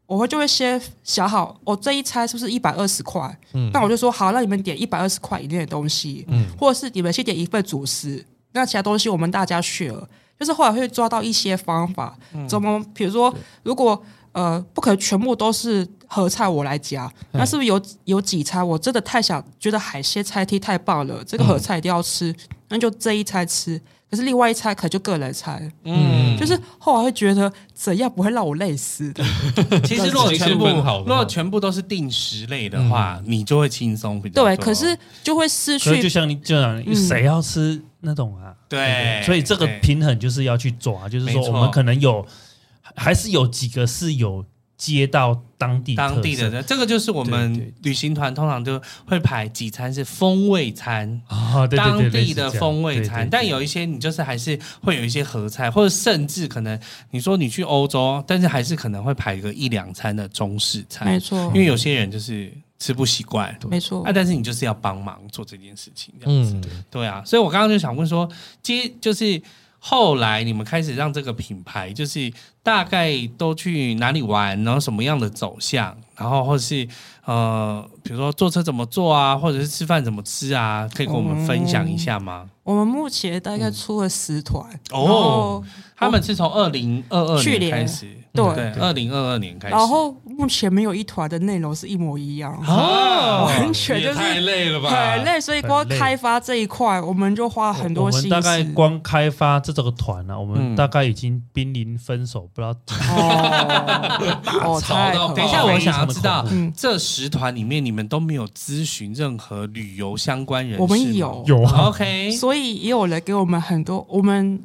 Speaker 3: 我会就会先想好，我、这一餐是不是一百二十块？
Speaker 5: 嗯
Speaker 3: 那我就说好，那你们点一百二十块以内的东西，或者是你们先点一份主食，那其他东西我们大家 share。就是后来会抓到一些方法，
Speaker 5: 嗯
Speaker 3: 怎么比如说，如果呃不可能全部都是合菜我来夹，
Speaker 5: 嗯
Speaker 3: 那是不是有有几餐我真的太想觉得海鲜餐厅太棒了，
Speaker 5: 嗯
Speaker 3: 这个合菜一定要吃，那就这一餐吃，可是另外一餐可能就个人餐，
Speaker 2: 嗯，
Speaker 3: 就是后来会觉得怎样不会让我累死的。
Speaker 2: 其实如果全部
Speaker 5: 自己分好了
Speaker 2: 如果全部都是定食类的话，你就会轻松比较多
Speaker 3: 对，可是就会失
Speaker 4: 所以就
Speaker 3: 去。
Speaker 4: 像你就像
Speaker 3: 嗯
Speaker 4: 谁要吃那种啊？
Speaker 2: 对
Speaker 4: 所以这个
Speaker 2: 对
Speaker 4: 平衡就是要去抓，就是说
Speaker 2: 没
Speaker 4: 我
Speaker 2: 错
Speaker 4: 们可能有还是有几个是有接到当地
Speaker 2: 当地
Speaker 4: 特色
Speaker 2: 的这个就是我
Speaker 4: 对
Speaker 2: 们
Speaker 4: 对
Speaker 2: 旅行团通常就会排几餐是风味餐，
Speaker 4: 啊，对对对
Speaker 2: 当
Speaker 4: 类
Speaker 2: 地
Speaker 4: 似这
Speaker 2: 的
Speaker 4: 样
Speaker 2: 风味
Speaker 4: 对对
Speaker 2: 餐
Speaker 4: 对，
Speaker 2: 但有一些你就是还是会有一些合菜，或者甚至可能你说你去欧洲，但是还是可能会排个一两餐的中式
Speaker 3: 没
Speaker 2: 餐，
Speaker 3: 错
Speaker 2: 因，为有些人就是吃不习惯。
Speaker 3: 没错
Speaker 2: 啊，，但是你就是要帮忙做这件事情，这样子。
Speaker 5: 嗯，
Speaker 2: 对啊，所以我刚刚就想问说，接就是后来你们开始让这个品牌，就是大概都去哪里玩，然后什么样的走向，然后或是呃，比如说坐车怎么坐啊，或者是吃饭怎么吃啊，可以跟我们分享一下吗？
Speaker 3: 我们目前大概出了十团，然
Speaker 2: 哦
Speaker 3: 后
Speaker 2: 他们是从二零二二
Speaker 3: 去
Speaker 2: 年
Speaker 3: 年
Speaker 2: 开始，
Speaker 3: 对
Speaker 2: 嗯对，二零二二年开始，
Speaker 3: 然后目前没有一团的内容是一模一样，
Speaker 2: 哦，
Speaker 3: 完全就是
Speaker 5: 太累了吧？
Speaker 3: 很累，所以光
Speaker 4: 很累
Speaker 3: 开发这一块，我们就花很
Speaker 4: 我
Speaker 3: 多
Speaker 4: 们
Speaker 3: 心
Speaker 4: 大概
Speaker 3: 思。
Speaker 4: 光开发这个团啊，我
Speaker 2: 嗯
Speaker 4: 们大概已经濒临分手，不知道
Speaker 3: 哦，哦，
Speaker 5: 吵
Speaker 3: 太可
Speaker 5: 到爆
Speaker 2: 等一下，我
Speaker 4: 非
Speaker 2: 想要
Speaker 4: 常的
Speaker 2: 知道
Speaker 4: 恐
Speaker 3: 怖嗯
Speaker 2: 这十团里面，你们都没有咨询任何旅游相关人士吗？
Speaker 3: 我们有
Speaker 4: 有啊
Speaker 2: OK，
Speaker 3: 所以也有人给我们很多，我们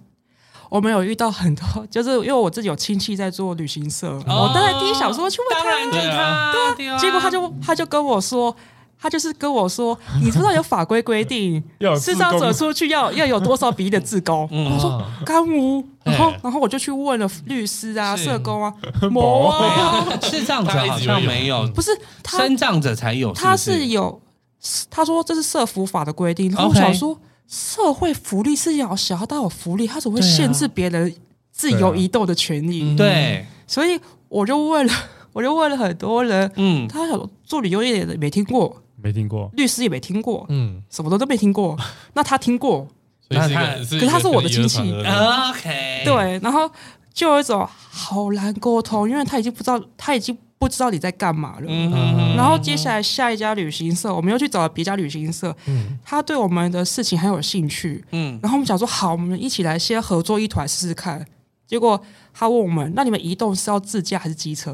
Speaker 3: 我们有遇到很多， 就是因为我自己有亲戚在做旅行社，
Speaker 2: 哦
Speaker 3: 我当然第一想说去问
Speaker 2: 当
Speaker 3: 他
Speaker 2: 然
Speaker 3: 们
Speaker 2: 就是他，对啊
Speaker 3: 结果他就他就跟我说：“他就是跟我说， 你知不知道有法规规定
Speaker 4: 要有，
Speaker 3: 视
Speaker 4: 自
Speaker 3: 障
Speaker 4: 工
Speaker 3: 者出去要要有多少比例的自工？
Speaker 2: 嗯
Speaker 3: 我说干无，然后
Speaker 5: 哎
Speaker 3: 然后我就去问了律师啊、
Speaker 2: 是
Speaker 3: 社 工啊，没啊，
Speaker 2: 视障者
Speaker 5: 他一
Speaker 2: 好
Speaker 5: 直以为
Speaker 2: 像
Speaker 5: 有
Speaker 2: 没有，
Speaker 3: 不是他
Speaker 2: 身障者才有，
Speaker 3: 他
Speaker 2: 哦是不嗯
Speaker 3: 是
Speaker 2: 是
Speaker 3: 有，他说这是社福法的规定，然后我
Speaker 2: OK
Speaker 3: 想说社会福利是要小到有福利，他怎么会
Speaker 2: 对啊啊嗯
Speaker 3: 限制别人自由移动的权利？
Speaker 2: 对，
Speaker 3: 所以我就问了，我就问了很多人，
Speaker 2: 嗯，
Speaker 3: 他想助理优点的没听过，
Speaker 4: 没听过，
Speaker 3: 律师也没听过，
Speaker 5: 嗯，
Speaker 3: 什么都都没听过，那他听过，
Speaker 5: 所以是一
Speaker 2: 那
Speaker 5: 个
Speaker 2: 他
Speaker 5: 是一
Speaker 3: 可是他
Speaker 5: 个
Speaker 3: 是我的
Speaker 5: 以讹
Speaker 3: 亲戚
Speaker 5: 传讹
Speaker 2: 嗯
Speaker 5: 的
Speaker 2: OK，，
Speaker 3: 对，然后就有一种好难沟通，因为他已经不知道，他已经不知道你在干嘛了。
Speaker 2: 嗯
Speaker 3: 然后接下来下一家旅行社，我们又去找了别家旅行社，他对我们的事情很有兴趣，
Speaker 2: 嗯，
Speaker 3: 然后我们想说好，我们一起来先合作一团试试看。结果他问我们，那你们移动是要自驾还是机车？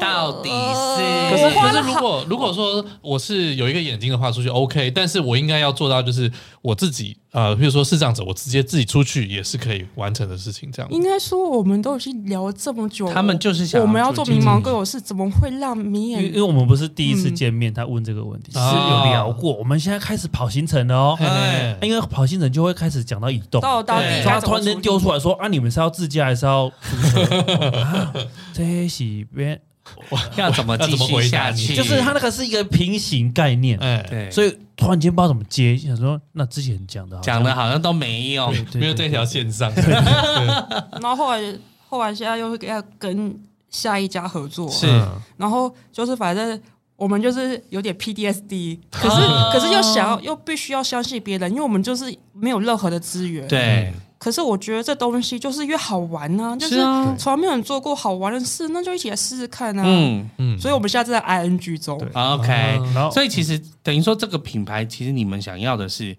Speaker 2: 到底
Speaker 5: 可
Speaker 2: 是，
Speaker 5: 是，
Speaker 3: 我花
Speaker 5: 可
Speaker 3: 了
Speaker 5: 是如果如果说我是有一个眼睛的话，出去 OK，但是我应该要做到就是我自己呃，比如说视障者，我直接自己出去也是可以完成的事情，这样
Speaker 3: 应该说我们都已经聊了这么久，
Speaker 2: 他们就是想
Speaker 3: 我们要做迷茫
Speaker 2: 哥，
Speaker 3: 歌友是，怎么会让迷
Speaker 4: 因为因
Speaker 3: 眼？
Speaker 4: 为我们不是第一次
Speaker 3: 嗯
Speaker 4: 见面，他问这个问题是
Speaker 5: 哦
Speaker 4: 有聊过，我们现在开始跑行程了哦。
Speaker 5: 哎
Speaker 4: 因为跑行程就会开始讲到移动，
Speaker 3: 到到底
Speaker 2: 对
Speaker 3: 该
Speaker 4: 他
Speaker 3: 怎
Speaker 4: 突
Speaker 3: 么
Speaker 4: 然间
Speaker 3: 理
Speaker 4: 丢出来说啊，你们是要自驾还是要租 车？啊这是边
Speaker 2: 要怎么
Speaker 5: 要
Speaker 2: 继
Speaker 5: 怎么
Speaker 2: 续
Speaker 5: 回答
Speaker 2: 下
Speaker 5: 你
Speaker 2: 去？
Speaker 4: 就是他那个是一个平行概念，
Speaker 5: 哎，
Speaker 2: 对，
Speaker 4: 所以突然间不知道怎么接，想说那之前讲的好像
Speaker 2: 讲的好像都没有，
Speaker 4: 对对
Speaker 5: 没有在一条线上，
Speaker 2: 嗯
Speaker 3: 然后后来后来现在又要跟下一家合作，
Speaker 2: 是
Speaker 4: 嗯
Speaker 3: 然后就是反正我们就是有点 PDSD，可是、
Speaker 2: 哦
Speaker 3: 可是又想要又必须要相信别人，因为我们就是没有任何的资源。。
Speaker 2: 对，
Speaker 3: 可是我觉得这东西就是越好玩啊，就是
Speaker 2: 是啊
Speaker 3: 从来没有人做过好玩的事，那就一起来试试看啊。
Speaker 2: 嗯
Speaker 5: 嗯，
Speaker 3: 所以我们现在正在 ing 中，
Speaker 2: ，OK，
Speaker 4: 嗯然后
Speaker 2: 所以其实等于说，这个品牌其实你们想要的是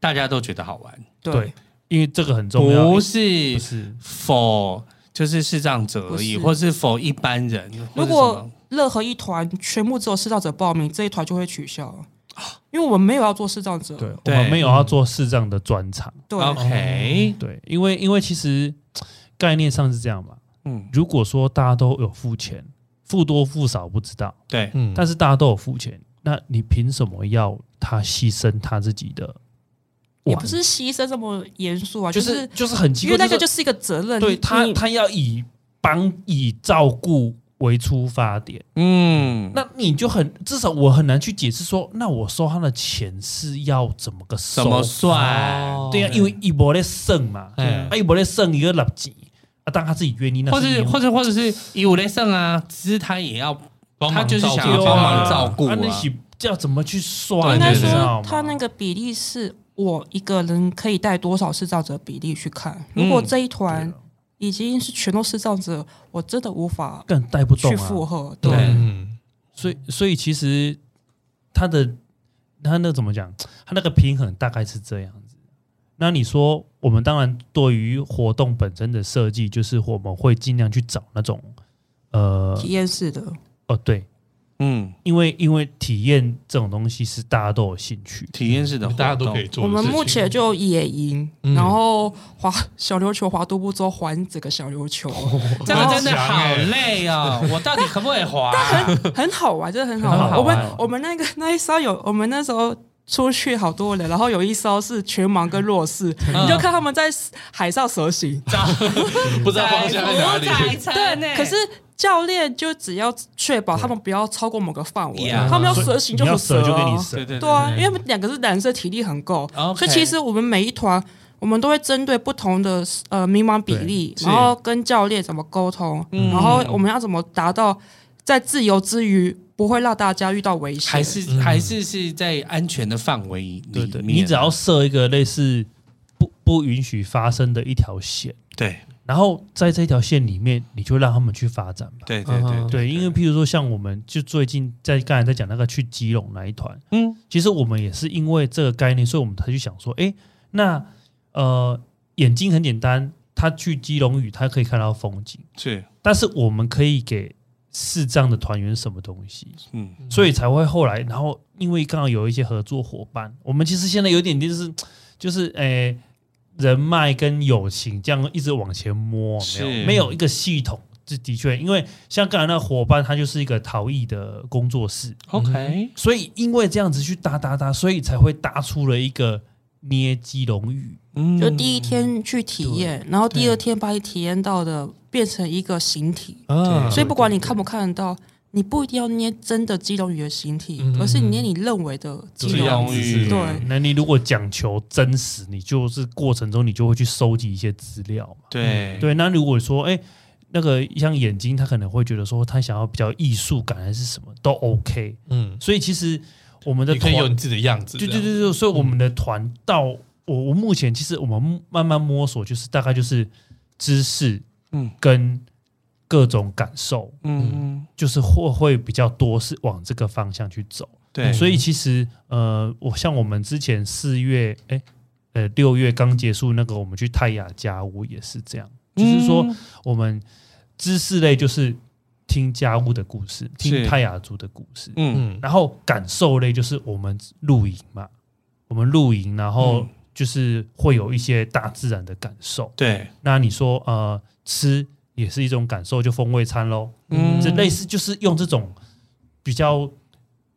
Speaker 2: 大家都觉得好玩，
Speaker 3: 对
Speaker 4: 对，因为这个很重要，
Speaker 2: 不
Speaker 4: 不
Speaker 2: 是
Speaker 4: 是
Speaker 2: 否就是视障者而已，
Speaker 3: 不是
Speaker 2: 或是否一般人。或
Speaker 3: 如
Speaker 2: 是
Speaker 3: 果任何一团全部只有视障者报名，这一团就会取消，因为我们没有要做视障者。
Speaker 4: 嗯对，我
Speaker 2: 对啊
Speaker 4: 们没有要做视障的专场，
Speaker 2: 什
Speaker 3: 对
Speaker 2: 么 OK，
Speaker 4: 对，因为因为其实概念上是这样嘛，
Speaker 2: 嗯，
Speaker 4: 如果说大家都有付钱，付多付少不知道，
Speaker 2: 对，
Speaker 5: 嗯，
Speaker 4: 但
Speaker 5: 是
Speaker 4: 是大家都有付钱，那你凭什么要他牺牲他自己的玩？
Speaker 3: 也不是牺牲这么严肃啊，
Speaker 4: 就
Speaker 3: 就是
Speaker 4: 是就是很奇
Speaker 3: 因
Speaker 4: 怪，
Speaker 3: 为那个
Speaker 4: 就
Speaker 3: 就是是一个责任，
Speaker 4: 对他
Speaker 3: 你
Speaker 4: 他要以帮以照顾为出发点。
Speaker 2: 嗯，
Speaker 4: 那你就很，至少我很难去解释说，那我收他的钱是要怎么个收？
Speaker 2: 怎么哎算？
Speaker 4: 对呀、啊因为一波在剩嘛，
Speaker 5: 嗯
Speaker 4: 啊一波在剩一个垃圾啊，当他自己愿意，那
Speaker 2: 或
Speaker 4: 是
Speaker 2: 者或者或者是以五类胜啊，只是他也要
Speaker 5: 帮忙
Speaker 2: 他就是
Speaker 5: 照顾
Speaker 2: 想要
Speaker 5: 这
Speaker 2: 帮
Speaker 5: 样
Speaker 2: 忙照顾啊
Speaker 4: 啊，那你要怎么去算？
Speaker 3: 应该
Speaker 4: 你知
Speaker 3: 说
Speaker 4: 道吗
Speaker 3: 他那个比例是我一个人可以带多少视障者比例去看。
Speaker 4: 嗯
Speaker 3: 如果这一团已经是全都视障者，我真的无法
Speaker 4: 更带不动
Speaker 3: 去
Speaker 4: 啊，
Speaker 3: 负荷。
Speaker 4: 对
Speaker 3: 对，
Speaker 5: 嗯，
Speaker 4: 所以所以其实他的他那怎么讲？他那个平衡大概是这样子。那你说，我们当然对于活动本身的设计，就是我们会尽量去找那种呃
Speaker 3: 体验式的，
Speaker 4: 哦对，
Speaker 2: 嗯
Speaker 4: 因为因为体验这种东西是大家都有兴趣，
Speaker 2: 体验式的活动，
Speaker 5: 大家都可以做
Speaker 3: 我
Speaker 5: 的事
Speaker 3: 们
Speaker 5: 情。
Speaker 3: 目前就野营，
Speaker 4: 嗯
Speaker 3: 然后滑小琉球、滑独步舟，环整个小琉 球，
Speaker 4: 哦
Speaker 2: 这个真的
Speaker 5: 很强
Speaker 2: 好
Speaker 5: 欸
Speaker 2: 累哦，我到底可不可以滑啊？
Speaker 3: 很好玩，真的很好
Speaker 4: 很
Speaker 3: 玩。
Speaker 4: 好
Speaker 3: 我
Speaker 4: 玩
Speaker 3: 们我们那个那一艘有，我们那时候。出去好多人，然后有一艘是全盲跟弱视，
Speaker 4: 嗯
Speaker 3: 你就看他们在海上蛇行，
Speaker 5: 不知道方向在哪里，
Speaker 3: 对，可是教练就只要确保他们不要超过某个范围，
Speaker 2: Yeah
Speaker 3: 他们要蛇行
Speaker 4: 你要
Speaker 3: 是
Speaker 4: 舍
Speaker 3: 蛇
Speaker 4: 就给你
Speaker 3: 啊。
Speaker 4: 舍，
Speaker 2: 对
Speaker 3: 对啊，因为他们两个是男生，体力很够，
Speaker 2: OK
Speaker 3: 所以其实我们每一团，我们都会针对不同的呃迷茫比例，
Speaker 2: 对
Speaker 3: 然后跟教练怎么沟通，然后我们要怎么达到在自由之余不会让大家遇到危险，
Speaker 2: 还是、还是是在安全的范围里
Speaker 4: 对
Speaker 2: 面，啊
Speaker 4: 对，你只要设一个类似不不允许发生的一条线，
Speaker 2: 对
Speaker 4: 然后在这条线里面，你就让他们去发展吧。
Speaker 2: 对对对
Speaker 4: 对，因为譬如说像我们就最近在刚才在讲那个去基隆那一团，
Speaker 2: 嗯，
Speaker 4: 其实我们也是因为这个概念，所以我们才去想说，诶，那呃，眼睛很简单，他去基隆屿，他可以看到风景，
Speaker 2: 是
Speaker 4: 但是我们可以给视障的团员什么东西，
Speaker 2: 嗯
Speaker 4: 所以才会后来，然后因为刚好有一些合作伙伴，我们其实现在有点就是就是呃诶。人脉跟友情这样一直往前摸，没
Speaker 2: 是
Speaker 4: 有没有一个系统这的确，因为像刚才那伙伴，他就是一个陶艺的工作室，
Speaker 2: OK，
Speaker 4: 所以因为这样子去搭搭搭，所以才会搭出了一个捏鸡笼浴。
Speaker 2: 嗯
Speaker 3: 就第一天去体验，然后第二天把你体验到的变成一个形体，
Speaker 5: 啊
Speaker 3: 所以不管你看不看得到，你不一定要捏真的基隆鱼的形体，
Speaker 5: 嗯
Speaker 3: 而是你捏你认为的基
Speaker 5: 就是
Speaker 3: 隆
Speaker 5: 样
Speaker 3: 鱼。
Speaker 5: 子是
Speaker 3: 对
Speaker 2: 嗯
Speaker 4: 那你如果讲求真实，你就是过程中你就会去收集一些资料嘛。
Speaker 2: 对
Speaker 4: 对，那如果说哎、那个像眼睛，他可能会觉得说他想要比较艺术感还是什么都 OK。
Speaker 5: 嗯，
Speaker 4: 所以其实我们的
Speaker 5: 你可以有
Speaker 4: 团
Speaker 5: 你自己的样子，
Speaker 4: 对
Speaker 5: 这
Speaker 4: 对
Speaker 5: 样，
Speaker 4: 对对，所以我们的团到我我目前其实我们慢慢摸索，就是大概就是知识，
Speaker 2: 嗯
Speaker 4: 嗯，跟各种感受，
Speaker 2: 嗯，
Speaker 4: 就是会会比较多是往这个方向去走。
Speaker 2: 对，
Speaker 4: 嗯所以其实呃，我像我们之前四月哎。呃，六月刚结束那个，我们去泰雅家屋也是这样，就是说
Speaker 2: 嗯
Speaker 4: 我们知识类就是听家屋的故事，听
Speaker 2: 是
Speaker 4: 泰雅族的故事，
Speaker 2: 嗯
Speaker 5: 嗯，
Speaker 4: 然后感受类就是我们露营嘛，我们露营，然后
Speaker 2: 嗯
Speaker 4: 就是会有一些大自然的感受。
Speaker 2: 对，
Speaker 4: 那你说呃，吃也是一种感受，就风味餐喽，
Speaker 2: 嗯
Speaker 4: 这类似就是用这种比较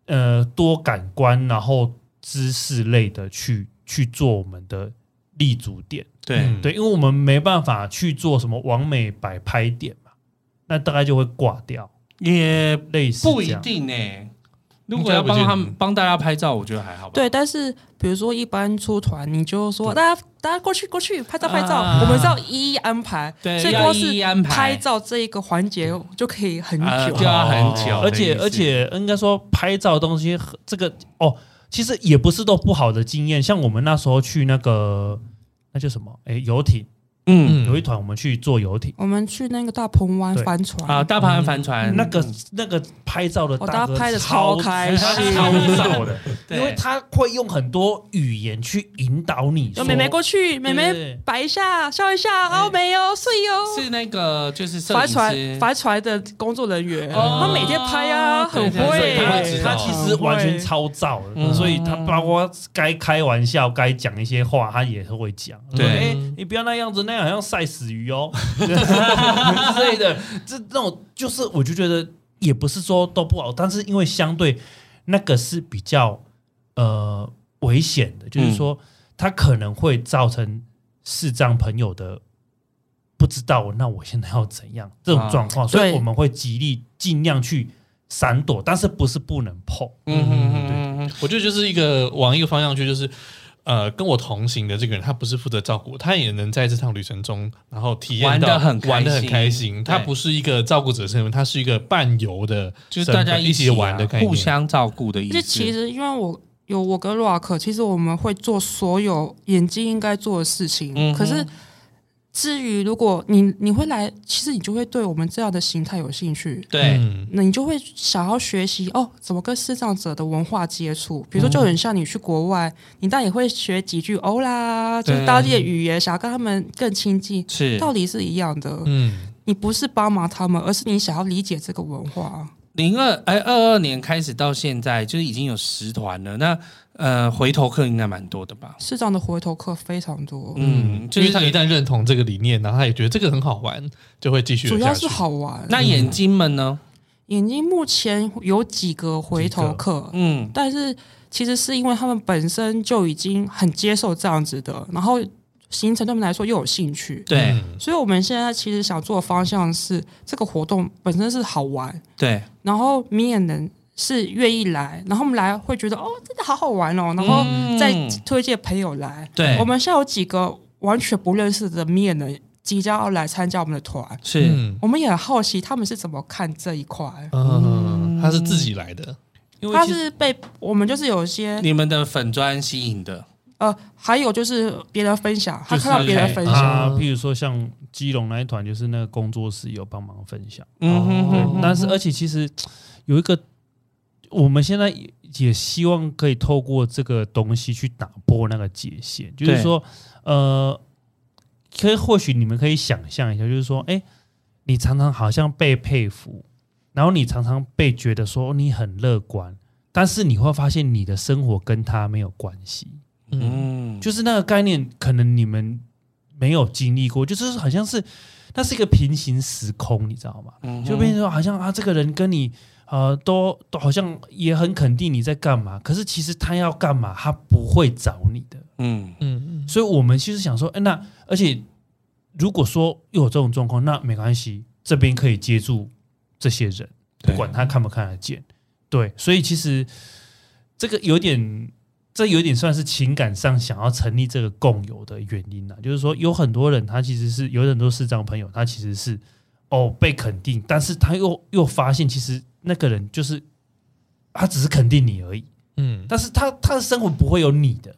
Speaker 4: 呃多感官，然后知识类的去去做我们的立足点。
Speaker 2: 对
Speaker 5: 嗯
Speaker 4: 对，因为我们没办法去做什么完美摆拍点嘛，那大概就会挂掉，
Speaker 2: 也
Speaker 4: 类似
Speaker 2: 不
Speaker 4: 这
Speaker 2: 一
Speaker 4: 样
Speaker 2: 定呢。如果要帮他们帮大家拍照，我觉得还好吧。
Speaker 3: 对，但是比如说一般出团，你就说大家大家过去过去拍照拍照，
Speaker 2: 啊
Speaker 3: 我们是要一一安排，
Speaker 2: 对
Speaker 3: 所以
Speaker 2: 要
Speaker 3: 光是
Speaker 2: 一一安排
Speaker 3: 拍照这一个环节就可以很
Speaker 2: 啊
Speaker 3: 久。
Speaker 2: 就要很久的
Speaker 4: 哦而
Speaker 2: 意思
Speaker 4: 且而且应该说拍照的东西很，这个哦，其实也不是都不好的经验。像我们那时候去那个那叫什么？哎，游艇，
Speaker 2: 嗯
Speaker 4: 有一团我们去做游艇，
Speaker 3: 我们去那个大鹏湾
Speaker 4: 对
Speaker 3: 帆船
Speaker 2: 啊，大盘帆船
Speaker 4: 嗯那个那个拍照的
Speaker 3: 哦
Speaker 4: 大
Speaker 3: 大
Speaker 4: 哥
Speaker 3: 家拍得
Speaker 4: 超
Speaker 3: 超开心
Speaker 4: 超燥的，
Speaker 2: 对
Speaker 4: 因为他会用很多语言去引导你
Speaker 3: 有
Speaker 4: 说。
Speaker 3: 妹妹过去，妹
Speaker 4: 对
Speaker 3: 妹
Speaker 4: 对对
Speaker 3: 摆一下，笑一下，哦，没有，睡哦。
Speaker 2: 是那个就是摄影
Speaker 3: 帆
Speaker 2: 师嗯
Speaker 3: 船帆船的工作人员，
Speaker 2: 哦
Speaker 3: 他每天拍啊，
Speaker 2: 对
Speaker 3: 很
Speaker 2: 对所以
Speaker 3: 会。
Speaker 2: 他会知道
Speaker 4: 他其实完全超燥的，
Speaker 2: 嗯
Speaker 4: 所以他包括该开玩笑、该讲一些话，他也会讲。
Speaker 2: 对
Speaker 4: 说哎、你不要那样子，那样好像晒死 鱼哦之类的。这那种就是，我就觉得也不是说都不好，但是因为相对那个是比较呃危险的，
Speaker 2: 嗯
Speaker 4: 就是说他可能会造成视障朋友的。不知道，那我现在要怎样？这
Speaker 2: 啊
Speaker 4: 种状况，所以
Speaker 3: 对
Speaker 4: 我们会极力尽量去闪躲，但是不是不能碰？
Speaker 2: 嗯嗯嗯嗯
Speaker 5: 我觉得就是一个往一个方向去，就是呃，跟我同行的这个人，他不是负责照顾，他也能在这趟旅程中，然后体验到
Speaker 2: 玩得很开心
Speaker 5: 玩得很开
Speaker 2: 对
Speaker 5: 心。他不是一个照顾者的身份，他是一个伴游的
Speaker 2: 就
Speaker 5: 身份，
Speaker 2: 是大家
Speaker 5: 一
Speaker 2: 起啊
Speaker 5: 玩的概念，
Speaker 2: 互相照顾的意
Speaker 3: 就
Speaker 2: 思。
Speaker 3: 其实因为我有我跟 Rock，其实我们会做所有眼睛应该做的事情。
Speaker 2: 嗯哼
Speaker 3: 可是至于如果你你会来，其实你就会对我们这样的形态有兴趣。
Speaker 2: 对，
Speaker 5: 嗯
Speaker 3: 那你就会想要学习哦，怎么跟视障者的文化接触？比如
Speaker 5: 嗯
Speaker 3: 说，就很像你去国外，你当然也会学几句欧啦，就是
Speaker 2: 对
Speaker 3: 当地的语言，想要跟他们更亲近，
Speaker 2: 是
Speaker 3: 道理是一样的。
Speaker 5: 嗯，
Speaker 3: 你不是帮忙他们，而是你想要理解这个文化。
Speaker 2: 零二哎二二年开始到现在，就是已经有十团了。那呃，回头客应该蛮多的吧？
Speaker 3: 视障的回头客非常多，
Speaker 2: 嗯，就
Speaker 5: 因为
Speaker 2: 是
Speaker 5: 他一旦认同这个理念，然后他也觉得这个很好玩，就会继续
Speaker 3: 主
Speaker 5: 地下
Speaker 3: 要
Speaker 5: 去
Speaker 3: 是好玩。
Speaker 2: 那眼睛们呢？
Speaker 3: 眼睛目前有几个回头客，
Speaker 2: 嗯，
Speaker 3: 但是其实是因为他们本身就已经很接受这样子的，然后行程对他们来说又有兴趣，
Speaker 2: 对
Speaker 5: 嗯
Speaker 3: 所以我们现在其实想做的方向是这个活动本身是好玩，
Speaker 2: 对，
Speaker 3: 然后明眼人是愿意来，然后我们来会觉得哦，真的好好玩哦，然后
Speaker 2: 嗯
Speaker 3: 再推荐朋友来。
Speaker 2: 对
Speaker 3: 我们现在有几个完全不认识的明眼人即将要来参加我们的团，
Speaker 2: 是
Speaker 5: 嗯
Speaker 3: 我们也很好奇他们是怎么看这一块。
Speaker 5: 嗯，他是自己来的，
Speaker 4: 因为
Speaker 3: 他
Speaker 4: 其实
Speaker 3: 是被我们就是有一些
Speaker 2: 你们的粉砖吸引的，
Speaker 3: 呃，还有就是别人分享，他
Speaker 2: 就是
Speaker 3: 看到别人分
Speaker 5: 分
Speaker 3: 享，
Speaker 4: 啊，
Speaker 5: 享
Speaker 4: 譬如说像基隆那一团，就是那个工作室有帮忙分享。
Speaker 2: 嗯哼
Speaker 4: 对
Speaker 2: 哼哼，
Speaker 4: 但是而且其实有一个，我们现在也也希望可以透过这个东西去打破那个界限，就是
Speaker 2: 对
Speaker 4: 说，呃，可以或许你们可以想象一下，就是说，哎、你常常好像被佩服，然后你常常被觉得说哦你很乐观，但是你会发现你的生活跟他没有关系，
Speaker 5: 嗯
Speaker 2: 嗯，
Speaker 4: 就是那个概念，可能你们没有经历过，就是好像是那是一个平行时空，你知道吗？
Speaker 2: 嗯哼
Speaker 4: 就变成说好像啊，这个人跟你呃都都好像也很肯定你在干嘛，可是其实他要干嘛，他不会找你的。
Speaker 2: 嗯
Speaker 5: 嗯
Speaker 4: 所以我们其实想说，哎、那而且如果说又有这种状况，那没关系，这边可以接住这些人，
Speaker 2: 对
Speaker 4: 不管他看不看得见。对，所以其实这个有点，这有点算是情感上想要成立这个共有的原因啦。就是说，有很多人他其实是有很多视障朋友，他其实是哦被肯定，但是他又又发现其实那个人就是他只是肯定你而已，
Speaker 5: 嗯
Speaker 4: 但是他他的生活不会有你的。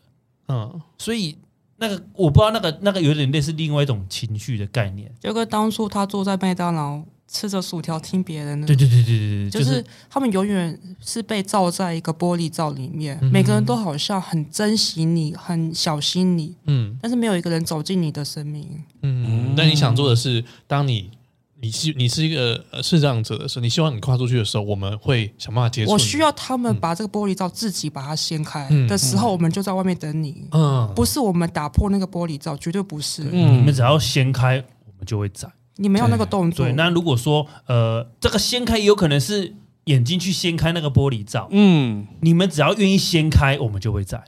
Speaker 5: 嗯
Speaker 4: 所以那个我不知道那个那个有点类似另外一种情绪的概念。
Speaker 3: 就跟当初他坐在麦当劳吃着薯条听别人的，
Speaker 4: 对对对对对对，
Speaker 3: 就
Speaker 4: 嗯就是是
Speaker 3: 他们永远是被罩在一个玻璃罩里面，
Speaker 4: 嗯
Speaker 3: 每个人都好像很珍惜你，很小心你，
Speaker 5: 嗯
Speaker 3: 但是没有一个人走进你的生命。
Speaker 5: 嗯。那你想做的是，当你你是你是一个呃视障者的时候，你希望你跨出去的时候，我们会想办法接触。
Speaker 3: 我需，要他们
Speaker 4: 嗯
Speaker 3: 把这个玻璃罩自己把它掀开
Speaker 5: 嗯
Speaker 3: 的时候，我们就在外面等你，
Speaker 5: 嗯，
Speaker 3: 不是我们打破那个玻璃罩，绝对不是。
Speaker 4: 你们
Speaker 2: 嗯，
Speaker 4: 只要掀开，我们就会在。
Speaker 3: 你没有那个动作
Speaker 4: 对，，那如果说呃这个掀开也有可能是眼睛去掀开那个玻璃罩，
Speaker 2: 嗯，
Speaker 4: 你们只要愿意掀开，我们就会在。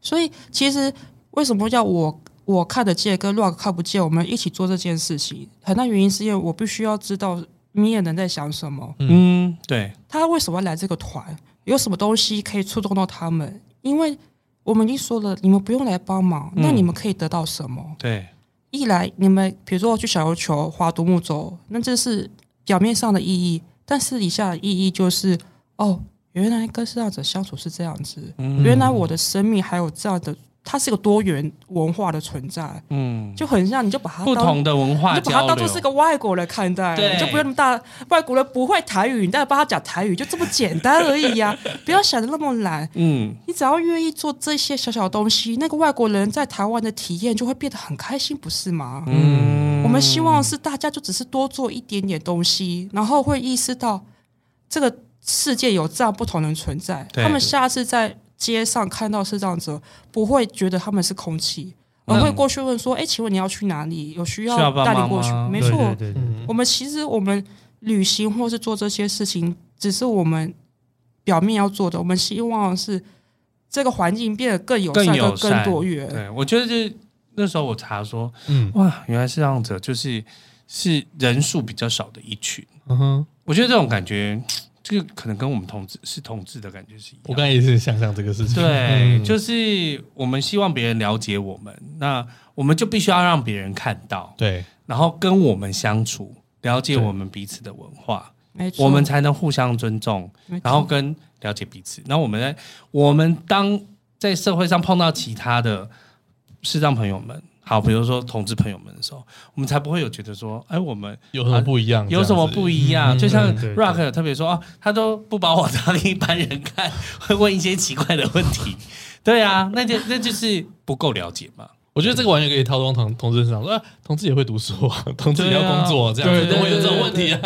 Speaker 3: 所以其实为什么叫我我看得见跟 Rock 看不见，我们一起做这件事情，很大原因是因为我必须要知道明眼人在想什么，
Speaker 2: 嗯，对，
Speaker 3: 他为什么要来这个团，有什么东西可以触动到他们，因为。我们已经说了，你们不用来帮忙，那
Speaker 2: 嗯
Speaker 3: 你们可以得到什么？
Speaker 2: 对，
Speaker 3: 一来，你们比如说去小琉球划独木舟，那这是表面上的意义，但私底下的意义就是，哦，原来跟视障者相处是这样子，
Speaker 2: 嗯
Speaker 3: 原来我的生命还有这样的，它是个多元文化的存在，
Speaker 2: 嗯，
Speaker 3: 就很像你就把它
Speaker 2: 不
Speaker 3: 当
Speaker 2: 同的文化
Speaker 3: 你就把它
Speaker 2: 交
Speaker 3: 当
Speaker 2: 流
Speaker 3: 做，是个外国人看待，
Speaker 2: 对
Speaker 3: 你就不用那么大。外国人不会台语，你再帮他讲台语，就这么简单而 已呀、不要想的那么难。
Speaker 2: 嗯，
Speaker 3: 你只要愿意做这些小小的东西，那个外国人在台湾的体验就会变得很开心，不是吗？嗯，我们希望是大家就只是多做一点点东西，然后会意识到这个世界有这样不同的存在。
Speaker 2: 对
Speaker 3: 他们下次在街上看到视障者，不会觉得他们是空气，而会过去问说：“哎、请问你要去哪里？有
Speaker 2: 嗯
Speaker 3: 需
Speaker 2: 需要
Speaker 3: 要
Speaker 2: 帮
Speaker 3: 带你
Speaker 2: 忙
Speaker 3: 过去
Speaker 2: 吗？”没
Speaker 3: 没错，
Speaker 4: 对对对对
Speaker 5: 嗯
Speaker 3: 我们其实我们旅行或是做这些事情，只是我们表面要做的，我们希望是这个环境变得更友善、
Speaker 2: 更
Speaker 3: 更
Speaker 2: 友善
Speaker 3: 更多元。
Speaker 2: 对，我觉得就是那时候我查说，
Speaker 5: 嗯
Speaker 2: 哇，原来是这样子，就是是人数比较少的一群，
Speaker 5: 嗯哼，
Speaker 2: 我觉得这种感觉，这个可能跟我们同志是同志的感觉是一样的。
Speaker 5: 我刚才也是想想这个事情。
Speaker 2: 对，
Speaker 5: 嗯
Speaker 2: 就是我们希望别人了解我们，那我们就必须要让别人看到，
Speaker 5: 对，
Speaker 2: 然后跟我们相处，了解
Speaker 5: 对
Speaker 2: 我们彼此的文化，
Speaker 3: 没错，
Speaker 2: 我们才能互相尊重，
Speaker 3: 没错
Speaker 2: 然后跟了解彼此。那我们在我们当在社会上碰到其他的视障朋友们，好，比如说同志朋友们的时候，我们才不会有觉得说，哎，我们
Speaker 5: 有什么不一样？嗯
Speaker 2: 有什么不一样？
Speaker 5: 这
Speaker 2: 就
Speaker 5: 样子
Speaker 2: 像
Speaker 4: 对对
Speaker 2: Rock 有特别说哦，他都不把我 当一般人看，会问一些奇怪的问题。对啊，那就那就是不够了解嘛。
Speaker 5: 我觉得这个完全可以套用同同志身上，说、啊、同志也会读书啊，同志也要工作、这样
Speaker 2: 对
Speaker 5: 子
Speaker 2: 对
Speaker 5: 都会有这种问题啊。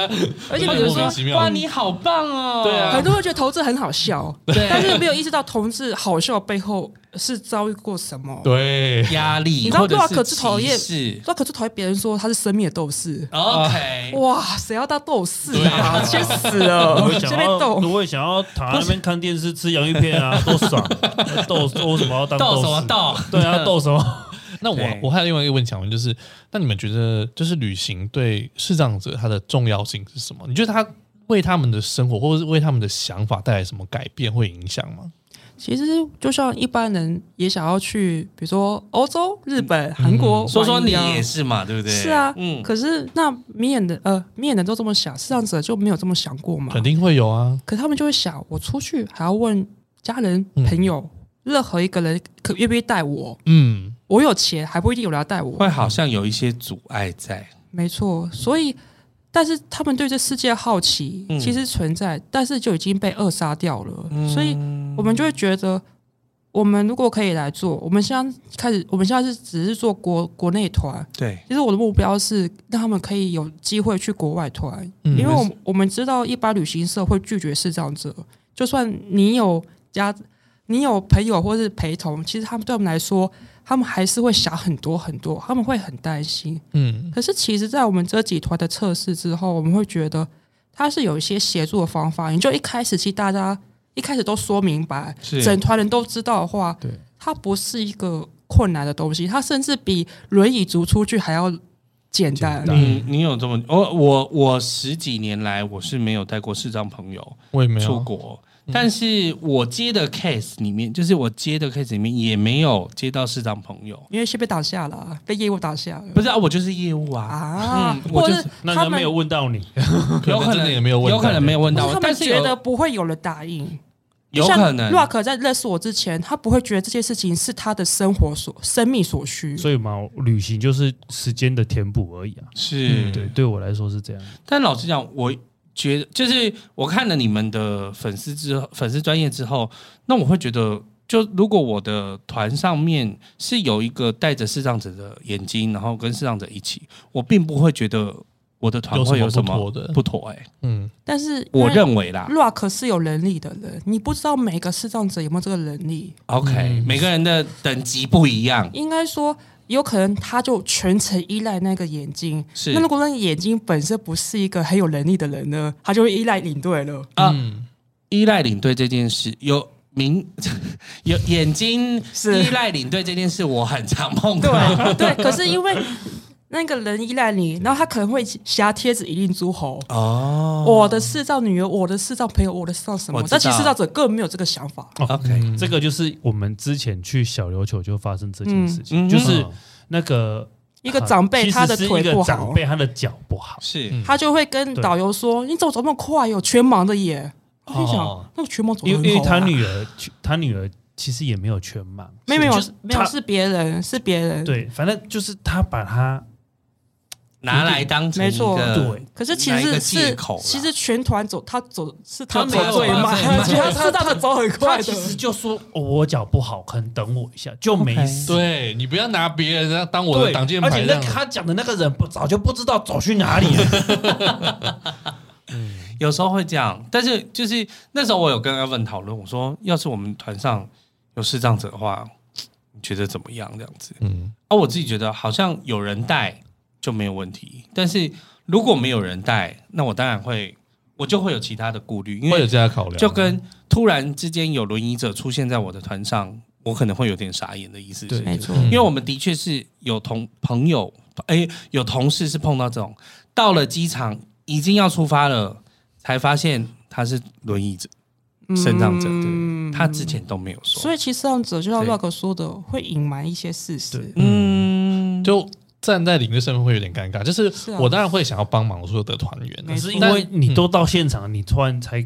Speaker 3: 而且
Speaker 5: 对
Speaker 3: 比
Speaker 5: 对
Speaker 3: 如
Speaker 5: 莫名
Speaker 3: 说，
Speaker 5: 其妙
Speaker 2: 哇，你好棒哦！
Speaker 5: 对啊
Speaker 3: 很多人觉得同志很好笑，
Speaker 2: 对
Speaker 3: 但是没有意识到同志好笑背后是遭遇过什
Speaker 5: 哦
Speaker 3: 么。
Speaker 5: 对，
Speaker 2: 压力
Speaker 3: 你知道
Speaker 2: 或者
Speaker 3: Rock
Speaker 2: 是
Speaker 3: 最讨厌
Speaker 2: 是
Speaker 3: 那可是讨厌别人说他是生命的斗士。
Speaker 2: OK，
Speaker 3: 哇，谁要当斗士啊？去死了
Speaker 4: 呃我，也
Speaker 3: 随
Speaker 4: 想
Speaker 3: 便
Speaker 4: 要，
Speaker 3: 斗。
Speaker 4: 我也想要躺在那边看电视吃洋芋片啊，多爽！ 斗为什么要当
Speaker 2: 斗什
Speaker 4: 士
Speaker 2: 么？斗？
Speaker 4: 对啊，斗什么？
Speaker 5: 那我
Speaker 2: 对
Speaker 5: 我还有另外一个问题想问，就是那你们觉得就是旅行对视障者它的重要性是什么？你觉得它为他们的生活或者是为他们的想法带来什么改变会影响吗？
Speaker 3: 其实就像一般人也想要去，比如说欧洲、日本、韩国，
Speaker 2: 嗯说说你也
Speaker 3: 是。
Speaker 2: 是嘛，对不对？
Speaker 3: 是啊，
Speaker 2: 嗯，
Speaker 3: 可是那明眼的呃，明眼人都这么想，视障者就没有这么想过嘛？
Speaker 5: 肯。定会有啊，
Speaker 3: 可他们就会想，我出去还要问家人、
Speaker 5: 嗯
Speaker 3: 朋友，任何一个人可愿不愿意带我？
Speaker 5: 嗯，
Speaker 3: 我有钱还不一定有人要带我。
Speaker 2: 会好像有一些阻碍在。
Speaker 3: 没错，所以，但是他们对这世界好奇
Speaker 2: 嗯
Speaker 3: 其实存在，但是就已经被扼杀掉了。所以我们就会觉得，我们如果可以来做，我们现在开始，我们现在是只是做国国内团，
Speaker 2: 对，
Speaker 3: 其实我的目标是让他们可以有机会去国外团，
Speaker 5: 嗯
Speaker 3: 因为我我们知道一般旅行社会拒绝视障者，就算你有家你有朋友或是陪同，其实他们对我们来说，他们还是会想很多很多，他们会很担心。
Speaker 5: 嗯
Speaker 3: 可是其实，在我们这几团的测试之后，我们会觉得它是有一些协助的方法。你就一开始其实大家一开始都说明白，
Speaker 2: 是
Speaker 3: 整团人都知道的话，
Speaker 6: 对，
Speaker 3: 它不是一个困难的东西，它甚至比轮椅族出去还要简单。
Speaker 2: 你嗯你有这么我我我十几年来我是没有带过视障朋友
Speaker 5: 我也没
Speaker 2: 出
Speaker 5: 有，啊嗯
Speaker 2: 国，但是我接的 case 里面，就是我接的 case 里面也没有接到视障朋友，
Speaker 3: 因为是被挡下了啊，被业务挡下了
Speaker 5: 嗯
Speaker 2: 不是啊，我就是业务啊，
Speaker 3: 啊，
Speaker 2: 嗯我
Speaker 3: 或
Speaker 2: 就
Speaker 3: 者是
Speaker 4: 那
Speaker 3: 他
Speaker 4: 人
Speaker 3: 们
Speaker 4: 没有问到你，
Speaker 2: 有可
Speaker 5: 啊真的
Speaker 2: 能
Speaker 5: 也没有问到
Speaker 2: 有可能没有问
Speaker 3: 或
Speaker 2: 到
Speaker 3: 是
Speaker 2: 我，
Speaker 3: 他
Speaker 2: 但
Speaker 3: 们
Speaker 2: 是
Speaker 3: 觉得
Speaker 2: 有
Speaker 3: 不会有人答应。
Speaker 2: 有
Speaker 3: 像
Speaker 2: 可能
Speaker 3: Rock 在认识我之前，他不会觉得这件事情是他的生活所、生命所需。
Speaker 4: 所以嘛，旅行就是时间的填补而已啊。
Speaker 5: 嗯
Speaker 2: 是
Speaker 4: 对，对我来说是这样。
Speaker 2: 但老实讲，我觉得就是我看了你们的粉丝之后，粉丝专业之后，那我会觉得，就如果我的团上面是有一个戴着视障者的眼睛，然后跟视障者一起，我并不会觉得我的团会有什么
Speaker 5: 有什么不妥的
Speaker 2: 不妥、欸。哎，
Speaker 5: 嗯，
Speaker 3: 但是
Speaker 2: 我
Speaker 3: 认。
Speaker 2: 认为啊啦
Speaker 3: Rock 是有能力的人，你不知道每个视障者有没有这个能力。
Speaker 2: ，OK，、每个人的等级不一样，
Speaker 3: 应该说，有可能他就全程依赖那个眼睛。
Speaker 2: 是
Speaker 3: 那如果那个眼睛本身不是一个很有能力的人呢，他就会依赖领队 了。
Speaker 2: 依赖领队这件事有。明 有眼睛
Speaker 3: 是
Speaker 2: 依赖领队这件事，我很常碰到。
Speaker 3: 对哦对，可 是因为那个人依赖你，然后他可能会挟贴子以令诸侯。
Speaker 2: 哦
Speaker 3: 我的视障女儿，我的视障朋友，我的视障什
Speaker 2: 我
Speaker 3: 么
Speaker 2: 知？道
Speaker 3: 但其实视障者根本没有这个想法。
Speaker 2: ，OK，
Speaker 3: 嗯
Speaker 4: 这个就是我们之前去小琉球就发生这件事
Speaker 2: 嗯
Speaker 4: 情，
Speaker 2: 嗯
Speaker 4: 就是那个呃
Speaker 3: 一个长辈
Speaker 4: 其实
Speaker 3: 他的
Speaker 4: 是
Speaker 3: 腿
Speaker 4: 一个
Speaker 3: 不好
Speaker 4: 长辈他的脚不好，
Speaker 2: 是
Speaker 3: 他就会跟
Speaker 4: 对
Speaker 3: 导游说：“你怎么走那么快？有全盲的耶！”我心
Speaker 5: 哦
Speaker 3: 想，那个全盲走得
Speaker 4: 因
Speaker 3: 很
Speaker 4: 为因为
Speaker 3: 好
Speaker 4: 他
Speaker 3: 啊
Speaker 4: 女儿他女儿其实也没有全盲，
Speaker 3: 没有没有
Speaker 4: 就是
Speaker 3: 没有
Speaker 4: 他
Speaker 3: 是别人是别人。
Speaker 4: 对，反正就是他把他
Speaker 2: 拿来当成一
Speaker 3: 没错
Speaker 2: 个
Speaker 4: 对
Speaker 3: 可是其
Speaker 2: 拿一
Speaker 3: 实
Speaker 2: 个
Speaker 3: 是
Speaker 2: 借
Speaker 3: 是
Speaker 2: 口啦
Speaker 3: 其实全团走他走是他
Speaker 2: 他
Speaker 3: 走
Speaker 2: 没有
Speaker 3: 最
Speaker 2: 他
Speaker 3: 慢
Speaker 2: 最慢，
Speaker 3: 其实他知道他走很
Speaker 4: 他
Speaker 3: 快
Speaker 4: 其
Speaker 3: 的。
Speaker 4: 实就说、哦我脚不好，可能等我一下就没
Speaker 2: OK
Speaker 4: 事。
Speaker 5: 对你不要拿别人当我的
Speaker 4: 对，
Speaker 5: 挡箭
Speaker 4: 而
Speaker 5: 牌
Speaker 4: 且
Speaker 5: 这
Speaker 4: 那
Speaker 5: 样，
Speaker 4: 他讲的那个人不早就不知道走去哪里 了。
Speaker 2: 有时候会这样，但是就是那时候我有跟 Evan 讨论，我说要是我们团上有视障者的话，你觉得怎么样？这样子
Speaker 5: 嗯，
Speaker 2: 啊，我自己觉得好像有人带就没有问题，但是如果没有人带，那我当然会我就会有其他的顾虑，因
Speaker 5: 会有
Speaker 2: 为
Speaker 5: 这样的考量，
Speaker 2: 就跟突然之间有轮椅者出现在我的团上，我可能会有点傻眼的意思是。
Speaker 3: 没错
Speaker 5: 嗯
Speaker 2: 因为我们的确是有同朋友，哎，有同事是碰到这种，到了机场已经要出发了，才发现他是轮椅者、肾脏者，对，他之前都没有说，
Speaker 3: 嗯所以其实这样子就像
Speaker 2: 对
Speaker 3: Rock 说的，会隐瞒一些事实。
Speaker 2: 嗯，
Speaker 5: 就站在领队身份会有点尴尬，就是
Speaker 3: 是啊
Speaker 5: 我当然会想要帮忙所有的团员，
Speaker 3: 没
Speaker 4: 可是因
Speaker 3: 错
Speaker 4: 为你都到现场，你突然才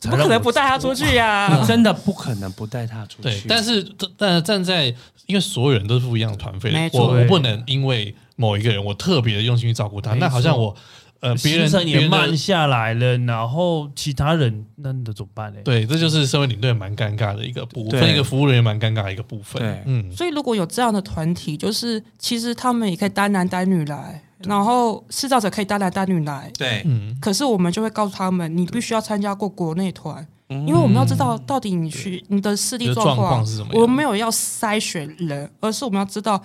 Speaker 3: 不
Speaker 4: 才让
Speaker 3: 嗯可能
Speaker 4: 我
Speaker 3: 不带他出 去呀
Speaker 2: 嗯你！真的不可能不带他出
Speaker 5: 对
Speaker 2: 去，，
Speaker 5: 但是但站在因为所有人都是不一样的团费
Speaker 3: 没，
Speaker 5: 我
Speaker 3: 错
Speaker 5: 我不能因为某一个人我特别用心去照顾他，
Speaker 4: 没
Speaker 5: 那好像
Speaker 4: 错
Speaker 5: 我呃别
Speaker 4: 行
Speaker 5: 人
Speaker 4: 程
Speaker 5: 别
Speaker 4: 也
Speaker 5: 人
Speaker 4: 慢下来了，然后其他人那你怎么办呢？，
Speaker 5: 对，这就是身为领队蛮尴尬的一个部分，
Speaker 2: 对
Speaker 5: 一个服务人员蛮尴尬的一个部分。
Speaker 2: 对
Speaker 5: 嗯，
Speaker 3: 所以如果有这样的团体，就是其实他们也可以单男单女来，然后视障者可以单男单女来。
Speaker 2: 对，
Speaker 5: 嗯，
Speaker 3: 可是我们就会告诉他们，你必须要参加过国内团，因为我们要知道到底你去你的视
Speaker 5: 你
Speaker 3: 力
Speaker 5: 的
Speaker 3: 状
Speaker 5: 状
Speaker 3: 况
Speaker 5: 况是怎么样
Speaker 3: 我们没有要筛选人，而是我们要知道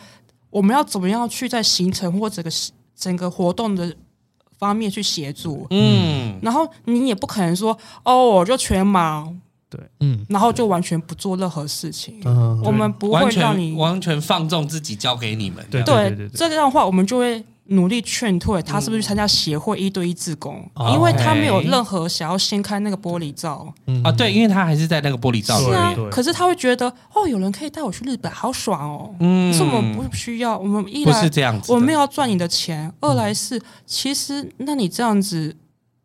Speaker 3: 我们要怎么样去在行程或整个整个活动的方面去协助。
Speaker 2: 嗯，
Speaker 3: 然后你也不可能说哦，我就全盲，
Speaker 4: 对，
Speaker 5: 嗯，
Speaker 3: 然后就完全不做任何事情。
Speaker 4: 嗯，
Speaker 3: 我们不
Speaker 2: 完
Speaker 3: 会让你
Speaker 2: 全完全放纵自己交给你们，
Speaker 4: 对
Speaker 2: 这样
Speaker 3: 对
Speaker 4: 对对
Speaker 3: 这个样的话，我们就会努力劝退他，是不是去参加协会一对一自工？
Speaker 2: 哦
Speaker 3: 因为他没有任何想要掀开那个玻璃罩，
Speaker 2: 啊，对，因为他还是在那个玻璃罩里
Speaker 4: 是
Speaker 3: 啊
Speaker 2: 面，
Speaker 4: 对
Speaker 3: 可是他会觉得哦，有人可以带我去日本，好爽哦。
Speaker 2: 嗯
Speaker 3: 可是我们不需要，我们一
Speaker 2: 不是
Speaker 3: 来
Speaker 2: 这样子的，嗯
Speaker 3: 我们要赚你的钱，二来是其实那你这样子，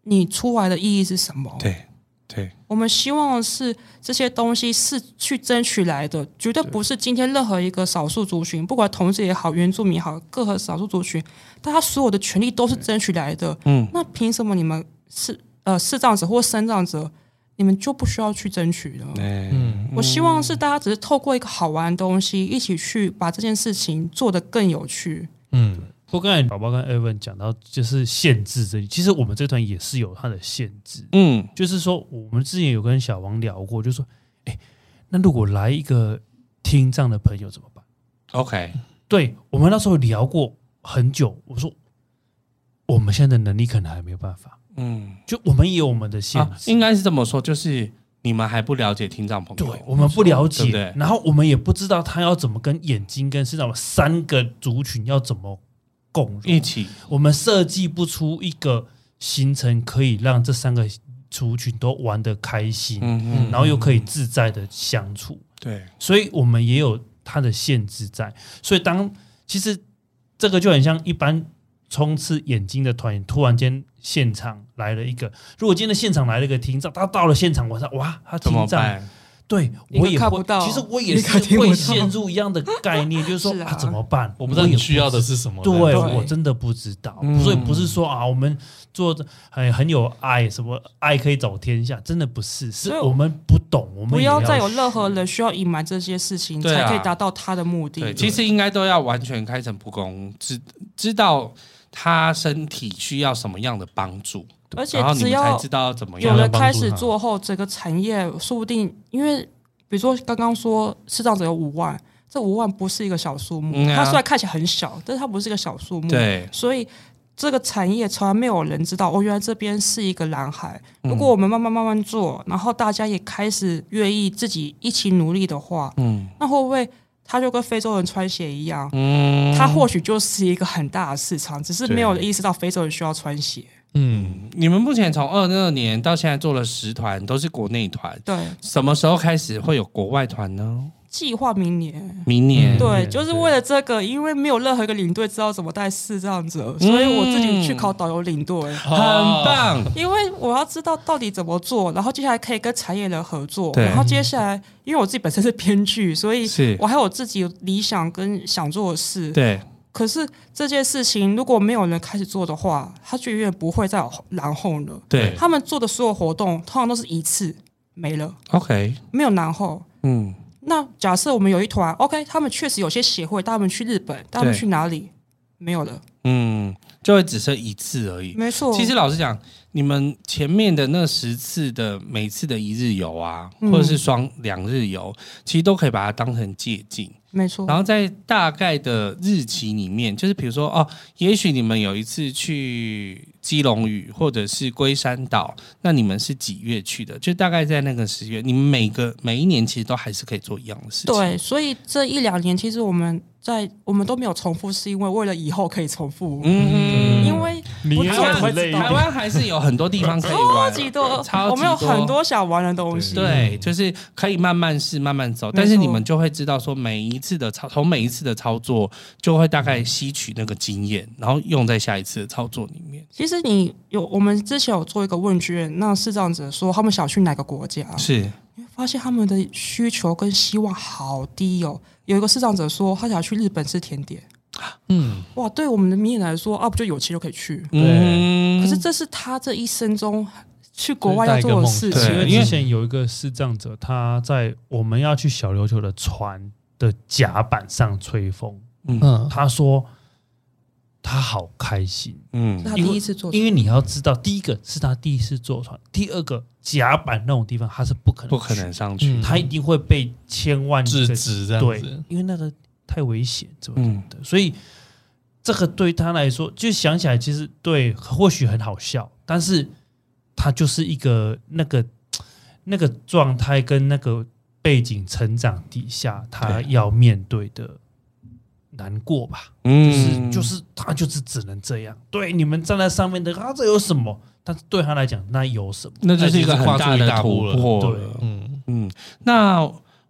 Speaker 3: 你出来的意义是什么？
Speaker 2: 对对，
Speaker 3: 我们希望的是这些东西是去争取来的，绝对不是今天任何一个少数族群，不管同志也好、原住民也好，各个少数族群，大家所有的权利都是争取来的。
Speaker 2: 嗯，
Speaker 3: 那凭什么你们是呃视障者或身障者，你们就不需要去争取呢？
Speaker 2: 嗯，
Speaker 3: 我希望是大家只是透过一个好玩的东西，一起去把这件事情做得更有趣。
Speaker 5: 嗯，
Speaker 4: 不过刚才宝宝跟 Evan 讲到，就是限制这里，其实我们这团也是有它的限制，
Speaker 2: 嗯，
Speaker 4: 就是说我们之前有跟小王聊过，就说，哎，那如果来一个听障的朋友怎么办？
Speaker 2: OK，
Speaker 4: 对我们那时候聊过很久，我说我们现在的能力可能还没有办法，
Speaker 2: 嗯，
Speaker 4: 就我们也有我们的限
Speaker 2: 啊，
Speaker 4: 制，
Speaker 2: 应该是这么说，就是你们还不了解听障朋友，
Speaker 4: 对我们不了解，嗯
Speaker 2: 对不对
Speaker 4: 然后我们也不知道他要怎么跟眼睛跟视障三个族群要怎么共
Speaker 2: 一
Speaker 4: 融，
Speaker 2: 起，
Speaker 4: 我们设计不出一个行程可以让这三个族群都玩得开心，
Speaker 2: 嗯嗯，
Speaker 4: 然后又可以自在的相处。
Speaker 2: 对，
Speaker 4: 所以我们也有它的限制在。所以当其实这个就很像一般冲刺眼睛的团，突然间现场来了一个，如果今天的现场来了一个听障，他到了现场，我说哇，他
Speaker 2: 怎
Speaker 4: 听
Speaker 2: 么
Speaker 4: 障，
Speaker 2: 办？
Speaker 4: 对
Speaker 3: 你
Speaker 4: 我也
Speaker 3: 看
Speaker 4: 会
Speaker 3: 不到
Speaker 4: 其实我也
Speaker 3: 你看
Speaker 4: 是
Speaker 3: 听不
Speaker 4: 会
Speaker 3: 到
Speaker 4: 陷入一样的 概念，就是说
Speaker 3: 是啊
Speaker 4: 啊怎么办？
Speaker 5: 我不知道你
Speaker 4: 也
Speaker 5: 需要
Speaker 4: 知
Speaker 5: 的是什么。
Speaker 4: 对，
Speaker 5: 这样子
Speaker 3: 对
Speaker 4: 我真的不知道，
Speaker 2: 嗯
Speaker 4: 所以不是说啊，我们做很很有爱，什么爱可以走天下，真的不是，是
Speaker 3: 所以
Speaker 4: 我们不懂，我们
Speaker 3: 不
Speaker 4: 也
Speaker 3: 要
Speaker 4: 要
Speaker 3: 再有任何人需要隐瞒这些事情，
Speaker 2: 对啊
Speaker 3: 才可以达到他的目的
Speaker 2: 对，。其实应该都要完全开诚布公，知知道他身体需要什么样的帮助，
Speaker 3: 而且
Speaker 2: 然后你
Speaker 3: 只
Speaker 2: 们才
Speaker 3: 要
Speaker 2: 知道怎么
Speaker 3: 有
Speaker 2: 样
Speaker 3: 了
Speaker 5: 帮助
Speaker 3: 开始
Speaker 5: 他
Speaker 3: 做后，整个产业说不定，因为比如说刚刚说视障者有五万，这五万不是一个小数目，
Speaker 2: 嗯啊
Speaker 3: 它虽然看起来很小，但是它不是一个小数目。
Speaker 2: 对，
Speaker 3: 所以这个产业从来没有人知道，哦，原来这边是一个蓝海。
Speaker 2: 嗯
Speaker 3: 如果我们慢慢慢慢做，然后大家也开始愿意自己一起努力的话，
Speaker 2: 嗯
Speaker 3: 那会不会它就跟非洲人穿鞋一样？
Speaker 2: 嗯，
Speaker 3: 它或许就是一个很大的市场，只是
Speaker 2: 对
Speaker 3: 没有人意识到非洲人需要穿鞋。
Speaker 5: 嗯，
Speaker 2: 你们目前从二二年到现在做了十团，都是国内团，
Speaker 3: 对，
Speaker 2: 什么时候开始会有国外团呢？
Speaker 3: 计划明年。
Speaker 2: 明年，
Speaker 3: 对，
Speaker 4: 嗯
Speaker 3: 就是
Speaker 4: 对
Speaker 3: 为了这个，因为没有任何一个领队知道怎么带视障者，所以我自己去
Speaker 2: 嗯
Speaker 3: 考导游领队，
Speaker 2: 很棒，
Speaker 3: 因为我要知道到底怎么做，然后接下来可以跟产业人合作，
Speaker 2: 对
Speaker 3: 然后接下来，因为我自己本身是编剧，所以
Speaker 2: 是
Speaker 3: 我还有自己理想跟想做的事。
Speaker 2: 对，
Speaker 3: 可是这件事情如果没有人开始做的话，它就永远不会再有然后了。
Speaker 2: 对
Speaker 3: 他们做的所有活动通常都是一次没了，
Speaker 2: ，OK，
Speaker 3: 没有然后。
Speaker 2: 嗯，
Speaker 3: 那假设我们有一团，OK，他们确实有些协会，带他们去日本，带他们去哪里，没有了，
Speaker 2: 嗯，就会只剩一次而已。
Speaker 3: 没错。
Speaker 2: 其实老实讲，你们前面的那十次的每次的一日游啊，
Speaker 3: 嗯
Speaker 2: 或者是双两日游，其实都可以把它当成借鉴。
Speaker 3: 没错
Speaker 2: 然，后在大概的日期里面，就是比如说哦，也许你们有一次去基隆屿或者是龟山岛，那你们是几月去的？就大概在那个十月，你们每个每一年其实都还是可以做一样的事情。
Speaker 3: 对，所以这一两年其实我们在我们都没有重复，是因为为了以后可以重复，
Speaker 2: 嗯，嗯
Speaker 3: 因为
Speaker 4: 你
Speaker 3: 不
Speaker 4: 要
Speaker 3: 做
Speaker 2: 台
Speaker 3: 我会
Speaker 4: 很
Speaker 2: 湾
Speaker 4: 累一
Speaker 3: 知
Speaker 4: 点
Speaker 2: 台
Speaker 3: 道，
Speaker 2: 湾还是有很多地方可以玩，
Speaker 3: 超级多，
Speaker 2: 超级
Speaker 3: 我们有很多想玩的东西。
Speaker 2: 对，就是可以慢慢试、慢慢走，
Speaker 3: 没错
Speaker 2: 但是你们就会知道说每一次的操，从每一次的操作就会大概吸取那个经验，然后用在下一次的操作里面。
Speaker 3: 其实你有，我们之前有做一个问卷，让视障者说他们想去哪个国家，
Speaker 2: 是，
Speaker 3: 发现他们的需求跟希望好低哦。有一个视障者说他想去日本吃甜点，嗯，哇，对我们的民眼来说啊，不就有钱就可以去？
Speaker 2: 嗯，
Speaker 3: 可是这是他这一生中去国外要做的事
Speaker 5: 就是带一
Speaker 3: 情，
Speaker 5: 个梦
Speaker 4: 因为
Speaker 2: 对因为
Speaker 4: 之前有一个视障者，他在我们要去小琉球的船的甲板上吹风，
Speaker 5: 嗯，
Speaker 4: 他说他好开心，
Speaker 3: 是
Speaker 2: 嗯
Speaker 3: 他第一次做出来，
Speaker 4: 因为你要知道，第一个是他第一次坐船，第二个甲板那种地方他是不可能，
Speaker 2: 不可，能上去
Speaker 5: 嗯，
Speaker 4: 他一定会被千万
Speaker 5: 制
Speaker 4: 个
Speaker 5: 止这样
Speaker 4: 对
Speaker 5: 子，，
Speaker 4: 因为那个太危险，怎么
Speaker 2: 嗯，
Speaker 4: 的，所以这个对他来说，就想起来其实对，或许很好笑，但是他就是一个那个那个状态跟那个背景成长底下，他
Speaker 2: 对
Speaker 4: 要面对的难过吧，就是
Speaker 2: 嗯
Speaker 4: 就是他就是只能这样。对，你们站在上面的，啊，这有什么？但是对他来讲，那 有什么？
Speaker 2: 那就是一个很大的突破
Speaker 4: 对
Speaker 2: 了。
Speaker 5: 嗯，
Speaker 2: 嗯，那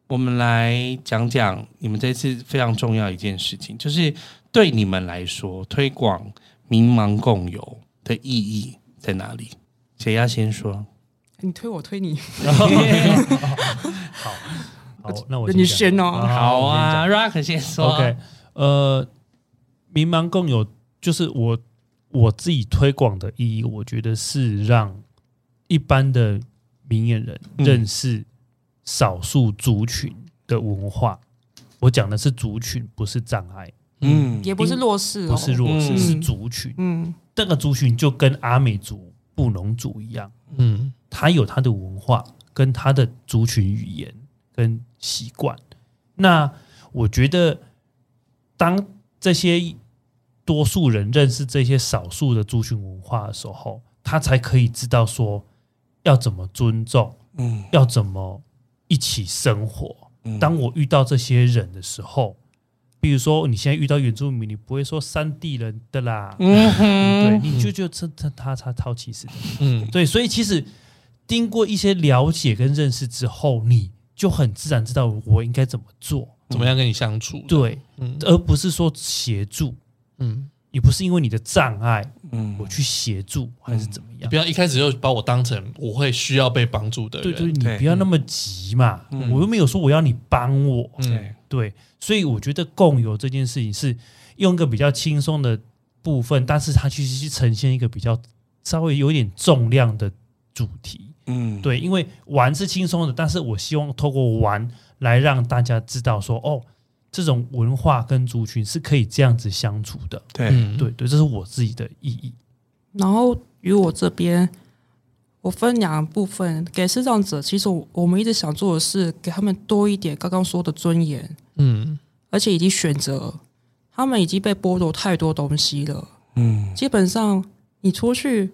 Speaker 2: 我们来讲讲你们这次非常重要一件事情，就是对你们来说推广民盲共游的意义在哪里？谁要先说？
Speaker 3: 你推我推你，
Speaker 4: 好，好，那我
Speaker 3: 你
Speaker 4: 讲
Speaker 3: 先哦
Speaker 2: 好
Speaker 4: 我先讲
Speaker 2: 啊，Rock 先说。
Speaker 4: OK，呃，民盲共有就是我我自己推广的意义，我觉得是让一般的明眼人
Speaker 2: 嗯
Speaker 4: 认识少数族群的文化。我讲的是族群，不是障碍，
Speaker 2: 嗯
Speaker 3: 也不是弱势、哦，
Speaker 4: 不是弱势，
Speaker 2: 嗯
Speaker 4: 是族群。
Speaker 3: 嗯，
Speaker 4: 这个族群就跟阿美族、布农族一样，
Speaker 5: 嗯
Speaker 4: 它有它的文化，跟它的族群语言跟习惯。那我觉得，当这些多数人认识这些少数的族群文化的时候，他才可以知道说要怎么尊重，
Speaker 2: 嗯
Speaker 4: 要怎么一起生活。
Speaker 2: 嗯
Speaker 4: 当我遇到这些人的时候，比如说你现在遇到原住民，你不会说山地人的啦，
Speaker 2: 嗯
Speaker 4: 对，
Speaker 2: 哼，
Speaker 4: 你就就这这他他超歧视的，
Speaker 5: 嗯，
Speaker 4: 对，所以其实经过一些了解跟认识之后，你就很自然知道我应该怎么做，
Speaker 5: 怎么样跟你相处？，
Speaker 4: 对，
Speaker 5: 嗯
Speaker 4: 而不是说协助，
Speaker 5: 嗯，
Speaker 4: 也不是因为你的障碍
Speaker 2: 嗯
Speaker 4: 我去协助还是怎么
Speaker 5: 你
Speaker 4: 样
Speaker 5: 不。要一开始就把我当成我会需要被帮助的
Speaker 4: 对
Speaker 5: 人。
Speaker 4: 对，你
Speaker 2: 对
Speaker 4: 不要那么急嘛，
Speaker 2: 嗯
Speaker 4: 我又没有说我要你帮我，
Speaker 5: 嗯，
Speaker 2: 对，
Speaker 4: 对，所以我觉得共有这件事情是用一个比较轻松的部分，但是它其实是呈现一个比较稍微有点重量的主题。
Speaker 2: 嗯，
Speaker 4: 对，因为玩是轻松的，但是我希望透过玩来让大家知道说，哦，这种文化跟族群是可以这样子相处的。
Speaker 2: 对，
Speaker 5: 嗯，
Speaker 4: 对对，这是我自己的意义。
Speaker 3: 然后与我这边，我分两部分给视障者。其实我我们一直想做的是给他们多一点刚刚说的尊严，
Speaker 5: 嗯
Speaker 3: 而且以及选择。他们已经被剥夺太多东西了，
Speaker 2: 嗯
Speaker 3: 基本上你出去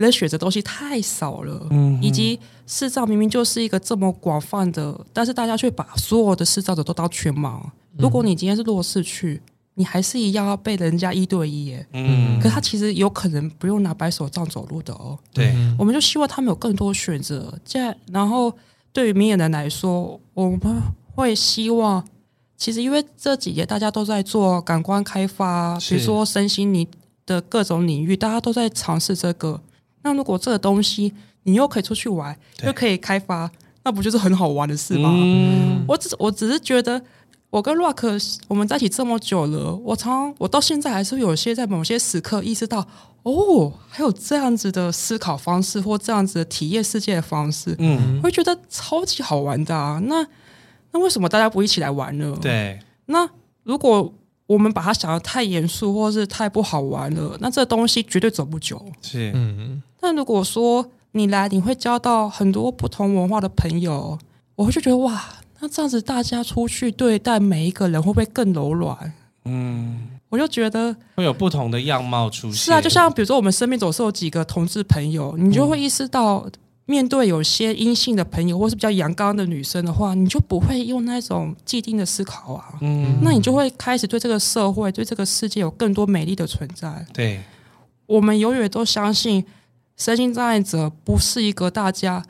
Speaker 3: 能选择东西太少了。
Speaker 2: 嗯
Speaker 3: 以及视障明明就是一个这么广泛的，但是大家却把所有的视障者都当全盲。如果你今天是弱势去，你还是一样要被人家一对一耶。
Speaker 2: 嗯，
Speaker 3: 可他其实有可能不用拿白手杖走路的哦。
Speaker 2: 对，
Speaker 3: 我们就希望他们有更多选择。这样，然后对于明眼人来说，我们会希望，其实因为这几年大家都在做感官开发，
Speaker 2: 是
Speaker 3: 比如说身心灵的各种领域，大家都在尝试这个。那如果这个东西你又可以出去玩，
Speaker 2: 对
Speaker 3: 又可以开发，那不就是很好玩的事吗？
Speaker 2: 嗯
Speaker 3: 我只我只是觉得，我跟 Rock 我们在一起这么久了，我常我到现在还是有些在某些时刻意识到，哦，还有这样子的思考方式或这样子的体验世界的方式，
Speaker 2: 嗯，
Speaker 3: 我会觉得超级好玩的啊！那那为什么大家不一起来玩呢？，
Speaker 2: 对，
Speaker 3: 那如果我们把它想的太严肃或是太不好玩了，那这东西绝对走不久。
Speaker 2: 是，
Speaker 5: 嗯
Speaker 3: 那如果说你来，你会交到很多不同文化的朋友，我会就觉得哇，那这样子大家出去对待每一个人会不会更柔软？
Speaker 2: 嗯，
Speaker 3: 我就觉得
Speaker 2: 会有不同的样貌出现。
Speaker 3: 是啊，就像比如说我们身边总是有几个同志朋友，你就会意识到，面对有些阴性的朋友或是比较阳刚的女生的话，你就不会用那种既定的思考啊，
Speaker 2: 嗯，
Speaker 3: 那你就会开始对这个社会、对这个世界有更多美丽的存在。
Speaker 2: 对，
Speaker 3: 我们永远都相信，身心障碍者不是一个大家，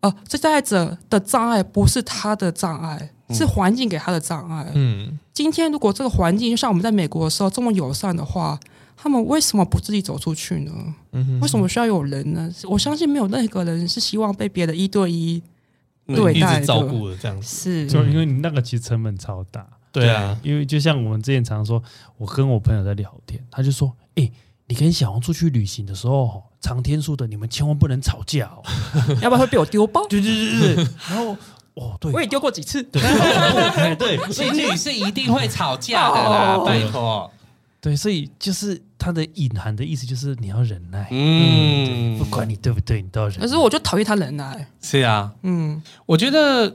Speaker 3: 呃，这障碍者的障碍不是他的障碍，是环境给他的障碍。
Speaker 5: 嗯
Speaker 3: 今天如果这个环境就像我们在美国的时候这么友善的话，他们为什么不自己走出去呢？
Speaker 5: 嗯，
Speaker 3: 为什么需要有人呢？我相信没有任何一个人是希望被别人一对一
Speaker 2: 嗯
Speaker 3: 对
Speaker 5: 一
Speaker 3: 待
Speaker 5: 直
Speaker 3: 的，
Speaker 5: 照顾的这样子，
Speaker 3: 是
Speaker 4: 就是因为你那个其实成本超大，
Speaker 5: 对啊，
Speaker 4: 因为就像我们之前常说，我跟我朋友在聊天，他就说：“哎、你跟小王出去旅行的时候，吼长天数的你们千万不能吵架哦。
Speaker 3: 要不然会被我丢包”。
Speaker 4: 对对对对，然后哦对
Speaker 3: 我，也丢过几次，
Speaker 4: 对哎对
Speaker 2: 情侣是一定会吵架的啦，
Speaker 3: 哦
Speaker 2: 拜托。
Speaker 4: 对，所以就是它的隐含的意思就是你要忍耐，
Speaker 5: 嗯
Speaker 2: 嗯，
Speaker 4: 不管你对不对，你都要忍耐。
Speaker 3: 可是我就讨厌他人来，
Speaker 2: 是啊，
Speaker 3: 嗯，
Speaker 2: 我觉得